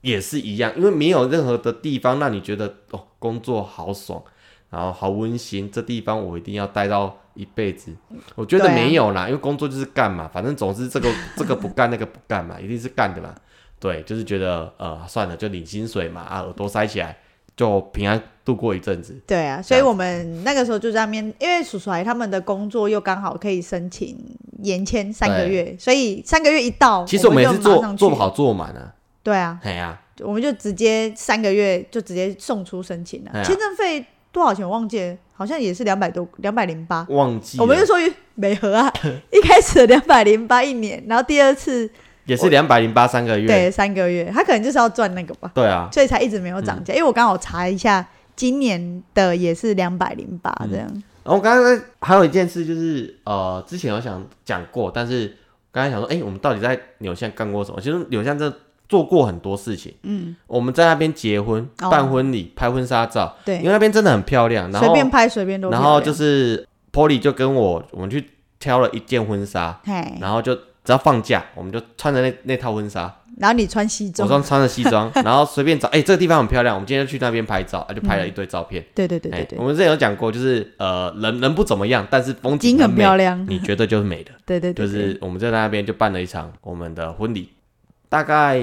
[SPEAKER 3] 也是一样，因为没有任何的地方让你觉得哦，工作好爽，然后好温馨，这地方我一定要待到一辈子。我觉得
[SPEAKER 2] 对啊
[SPEAKER 3] 没有啦，因为工作就是干嘛，反正总之这个这个不干那个不干嘛，一定是干的嘛。对，就是觉得呃算了，就领薪水嘛，啊耳朵塞起来，就平安度过一阵子。
[SPEAKER 2] 对啊，所以我们那个时候就在面，因为叔叔阿姨他们的工作又刚好可以申请延签三个月，所以三个月一到，
[SPEAKER 3] 其实我们
[SPEAKER 2] 哦们
[SPEAKER 3] 也
[SPEAKER 2] 就是马
[SPEAKER 3] 做
[SPEAKER 2] 上
[SPEAKER 3] 做不
[SPEAKER 2] 去。
[SPEAKER 3] 好做满啊，
[SPEAKER 2] 对啊，
[SPEAKER 3] 哎呀、
[SPEAKER 2] 我们就直接三个月就直接送出申请了
[SPEAKER 3] 哎，呀
[SPEAKER 2] 签证费多少钱我忘记了，好像也是两百多，两百零八。
[SPEAKER 3] 忘记
[SPEAKER 2] 啊我们就
[SPEAKER 3] 了
[SPEAKER 2] 说没合啊， 一开始两百零八一年，然后第二次
[SPEAKER 3] 也是两百零八三个月，
[SPEAKER 2] 对三个月，他可能就是要赚那个吧。
[SPEAKER 3] 对啊，
[SPEAKER 2] 所以才一直没有涨价。因为我刚好查一下，今年的也是两百零八
[SPEAKER 3] 嗯
[SPEAKER 2] 这样。
[SPEAKER 3] 然后我刚刚还有一件事就是呃，之前有想讲过，但是刚才想说，哎、我们到底在纽巷干过什么？其实纽巷真的做过很多事情，嗯，我们在那边结婚、
[SPEAKER 2] 哦
[SPEAKER 3] 办婚礼、拍婚纱照，
[SPEAKER 2] 对
[SPEAKER 3] 因为那边真的很漂亮，然
[SPEAKER 2] 随
[SPEAKER 3] 后
[SPEAKER 2] 便拍随便都漂
[SPEAKER 3] 然
[SPEAKER 2] 亮。
[SPEAKER 3] 后就是 Polly 就跟我我们去挑了一件婚纱，
[SPEAKER 2] 嘿，
[SPEAKER 3] 然后就只要放假，我们就穿着那那套婚纱，
[SPEAKER 2] 然后你穿西
[SPEAKER 3] 我
[SPEAKER 2] 装，
[SPEAKER 3] 穿穿着西装，然后随便找，哎、这个地方很漂亮，我们今天就去那边拍照，啊，就拍了一堆照片。
[SPEAKER 2] 对嗯对对
[SPEAKER 3] 哎
[SPEAKER 2] 对对
[SPEAKER 3] 我，们之前有讲过，就是呃，人人不怎么样，但是风景
[SPEAKER 2] 景很
[SPEAKER 3] 美
[SPEAKER 2] 漂，亮，
[SPEAKER 3] 你觉得就是美的。
[SPEAKER 2] 对对
[SPEAKER 3] 就
[SPEAKER 2] 对，对
[SPEAKER 3] 是我们在那边就办了一场我们的婚礼，大概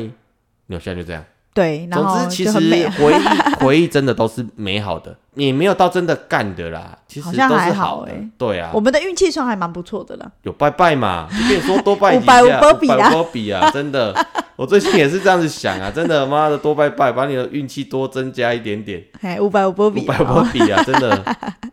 [SPEAKER 3] 纽西兰就这样。
[SPEAKER 2] 对，然后
[SPEAKER 3] 总之，其
[SPEAKER 2] 就
[SPEAKER 3] 实
[SPEAKER 2] 很美啊，
[SPEAKER 3] 回忆回忆真的都是美好的，也没有到真的干的啦，其实
[SPEAKER 2] 好
[SPEAKER 3] 都
[SPEAKER 2] 像还
[SPEAKER 3] 是
[SPEAKER 2] 好
[SPEAKER 3] 的
[SPEAKER 2] 哎。
[SPEAKER 3] 对啊
[SPEAKER 2] 我，们的运气算还蛮不错的了。
[SPEAKER 3] 有拜拜嘛，就跟你说多 拜
[SPEAKER 2] 五百
[SPEAKER 3] 几
[SPEAKER 2] 五
[SPEAKER 3] 下
[SPEAKER 2] 波比
[SPEAKER 3] 五
[SPEAKER 2] 啦
[SPEAKER 3] 百五波比啊， 真的，我最近也是这样子想啊，真的，妈的多拜拜，把你的运气多增加一点点，
[SPEAKER 2] 嘿，五百五波
[SPEAKER 3] 五
[SPEAKER 2] 比
[SPEAKER 3] 百五波
[SPEAKER 2] 哦，
[SPEAKER 3] 比 啊，真的，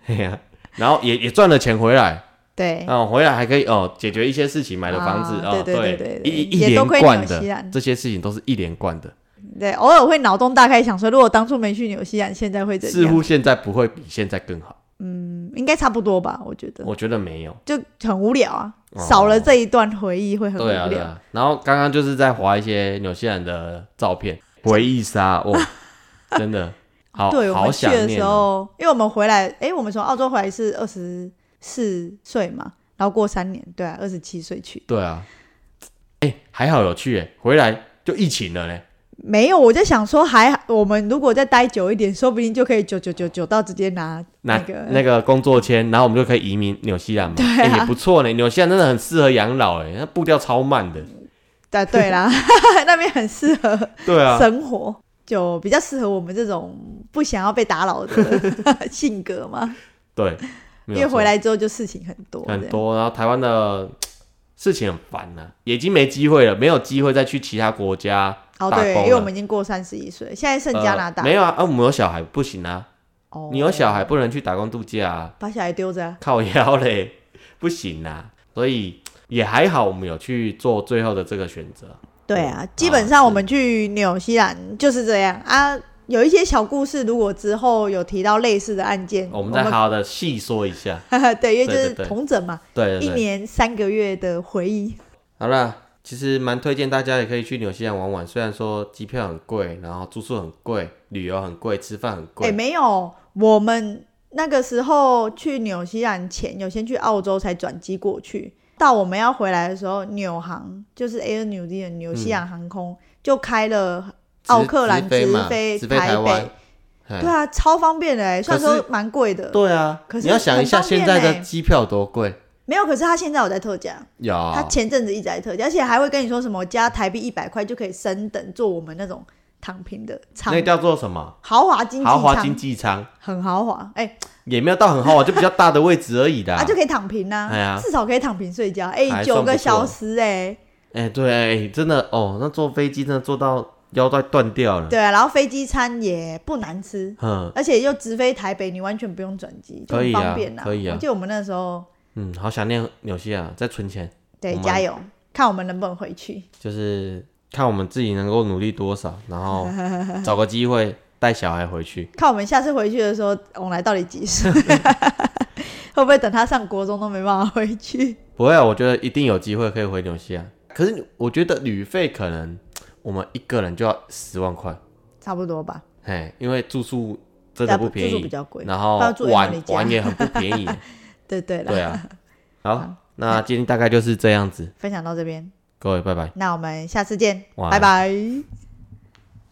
[SPEAKER 3] 哎呀、然后也也赚了钱回来，
[SPEAKER 2] 对，
[SPEAKER 3] 哦，回来还可以哦，解决一些事情，买了房子
[SPEAKER 2] 啊
[SPEAKER 3] 哦，
[SPEAKER 2] 对对对对对
[SPEAKER 3] 一一
[SPEAKER 2] 也
[SPEAKER 3] 连
[SPEAKER 2] 多亏
[SPEAKER 3] 贯
[SPEAKER 2] 纽西兰
[SPEAKER 3] 的这些事情都是一连贯的，
[SPEAKER 2] 对，偶尔会脑洞大开，想说如果当初没去纽西兰，现在会怎
[SPEAKER 3] 似
[SPEAKER 2] 样？
[SPEAKER 3] 乎现在不会比现在更好，
[SPEAKER 2] 嗯应该差不多吧，我觉得
[SPEAKER 3] 我觉得没有，
[SPEAKER 2] 就很无聊啊，
[SPEAKER 3] 哦
[SPEAKER 2] 少了这一段回忆会很无
[SPEAKER 3] 对啊对
[SPEAKER 2] 聊。
[SPEAKER 3] 啊，然后刚刚就是在划一些纽西兰的照片，回忆杀哦， 真的。好
[SPEAKER 2] 对，我
[SPEAKER 3] 好
[SPEAKER 2] 们去
[SPEAKER 3] 想
[SPEAKER 2] 的
[SPEAKER 3] 念
[SPEAKER 2] 时
[SPEAKER 3] 哦。
[SPEAKER 2] 候，因为我们回来，诶，我们从澳洲回来是二十四岁嘛，然后过三年，对啊，二十七岁去。
[SPEAKER 3] 对啊，哎、还好有去哎、回来就疫情了嘞。
[SPEAKER 2] 没有，我在想说还，我们如果再待久一点，说不定就可以九九九九到直接拿
[SPEAKER 3] 那
[SPEAKER 2] 个
[SPEAKER 3] 那个工作签，然后我们就可以移民纽西兰嘛，对、
[SPEAKER 2] 啊
[SPEAKER 3] 也不错呢。纽西兰真的很适合养老哎，那步调超慢的。
[SPEAKER 2] 啊 对对啦，那边很适合
[SPEAKER 3] 对啊，
[SPEAKER 2] 生活。就比较适合我们这种不想要被打扰 的性格嘛。
[SPEAKER 3] 对，
[SPEAKER 2] 因
[SPEAKER 3] 没有
[SPEAKER 2] 为回
[SPEAKER 3] 错
[SPEAKER 2] 来之后就事情很多，
[SPEAKER 3] 很多，然后台湾的事情很烦呐、也已经没机会了，没有机会再去其他国家
[SPEAKER 2] 这样。
[SPEAKER 3] 打
[SPEAKER 2] 哦，对，
[SPEAKER 3] 工了。
[SPEAKER 2] 因为我们已经过三十一岁，现在剩加拿大。
[SPEAKER 3] 呃没有啊，啊，我们有小孩不行啊，
[SPEAKER 2] 哦，
[SPEAKER 3] 你有小孩不能去打工度假啊，
[SPEAKER 2] 把小孩丢着啊，
[SPEAKER 3] 靠腰嘞， 不行啊，所以也还好，我们有去做最后的这个选择。
[SPEAKER 2] 对啊，基本上我们去纽西兰就是这样啊。有一些小故事，如果之后有提到类似的案件，
[SPEAKER 3] 哦我们再好好的细说一下。
[SPEAKER 2] 对，因为就
[SPEAKER 3] 对
[SPEAKER 2] 是
[SPEAKER 3] 对对
[SPEAKER 2] 同整嘛，
[SPEAKER 3] 对对
[SPEAKER 2] 一
[SPEAKER 3] 对，
[SPEAKER 2] 年三个月的回忆。
[SPEAKER 3] 好了。其实蛮推荐大家也可以去纽西兰玩玩，虽然说机票很贵，然后住宿很贵，旅游很贵，吃饭很
[SPEAKER 2] 哎、
[SPEAKER 3] 贵。
[SPEAKER 2] 没有，我们那个时候去纽西兰前，有先去澳洲才转机过去。到我们要回来的时候，纽航就是 Air New Zealand
[SPEAKER 3] 嗯
[SPEAKER 2] 纽西兰航空、就开了
[SPEAKER 3] 直
[SPEAKER 2] 奥克兰
[SPEAKER 3] 直飞嘛
[SPEAKER 2] 飞
[SPEAKER 3] 直飞台
[SPEAKER 2] 台
[SPEAKER 3] 湾
[SPEAKER 2] 北，。
[SPEAKER 3] 对
[SPEAKER 2] 对啊，超方便的哎、虽然
[SPEAKER 3] 可是
[SPEAKER 2] 说蛮贵的，
[SPEAKER 3] 对啊，
[SPEAKER 2] 可是
[SPEAKER 3] 你要想一下
[SPEAKER 2] 很方便
[SPEAKER 3] 现在
[SPEAKER 2] 欸
[SPEAKER 3] 的机票多贵，
[SPEAKER 2] 没有。可是他现在有在特价，
[SPEAKER 3] 有
[SPEAKER 2] 他前阵子一直在特价，而且还会跟你说什么加台币一百块就可以升等坐我们那种躺平的
[SPEAKER 3] 那
[SPEAKER 2] 舱
[SPEAKER 3] 个，叫做什么？
[SPEAKER 2] 豪华经济
[SPEAKER 3] 豪华经
[SPEAKER 2] 舱，
[SPEAKER 3] 济舱
[SPEAKER 2] 很豪华哎、
[SPEAKER 3] 也没有到很豪华， 就比较大的位置而已的。
[SPEAKER 2] 啊，就可以躺平呐、
[SPEAKER 3] 哎呀
[SPEAKER 2] 至少可以躺平睡觉。哎、
[SPEAKER 3] 还算
[SPEAKER 2] 九
[SPEAKER 3] 不
[SPEAKER 2] 个
[SPEAKER 3] 错
[SPEAKER 2] 小时哎、
[SPEAKER 3] 哎、对，哎、真的哦，那坐飞机真的坐到腰带断掉了。
[SPEAKER 2] 对啊，然后飞机餐也不难吃，
[SPEAKER 3] 嗯
[SPEAKER 2] 而且又直飞台北，你完全不用转机，就
[SPEAKER 3] 可
[SPEAKER 2] 很
[SPEAKER 3] 以啊
[SPEAKER 2] 方便呐、
[SPEAKER 3] 可以啊
[SPEAKER 2] 我记得我们那时候
[SPEAKER 3] 嗯，好想念纽西兰，再存钱，
[SPEAKER 2] 对
[SPEAKER 3] 我们
[SPEAKER 2] 加油，看我们能不能回去。
[SPEAKER 3] 就是看我们自己能够努力多少，然后 找个机会带小孩回去。
[SPEAKER 2] 看我们下次回去的时候，翁来到底几 岁？会不会等他上国中都没办法回去？
[SPEAKER 3] 不会、啊，我觉得一定有机会可以回纽西兰。可是我觉得旅费可能我们一个人就要十万块，
[SPEAKER 2] 差不多吧，
[SPEAKER 3] 嘿，因为住宿真的不便
[SPEAKER 2] 啊住宿比
[SPEAKER 3] 宜，
[SPEAKER 2] 较贵，
[SPEAKER 3] 然后
[SPEAKER 2] 不然住人家
[SPEAKER 3] 玩
[SPEAKER 2] 里家
[SPEAKER 3] 玩也很不便宜。啊
[SPEAKER 2] 对对了，
[SPEAKER 3] 对啊， 好，那今天大概就是这样子，
[SPEAKER 2] 分享到这边，
[SPEAKER 3] 各位拜拜。
[SPEAKER 2] 那我们下次见，
[SPEAKER 3] 晚
[SPEAKER 2] 拜
[SPEAKER 3] 安
[SPEAKER 2] 拜。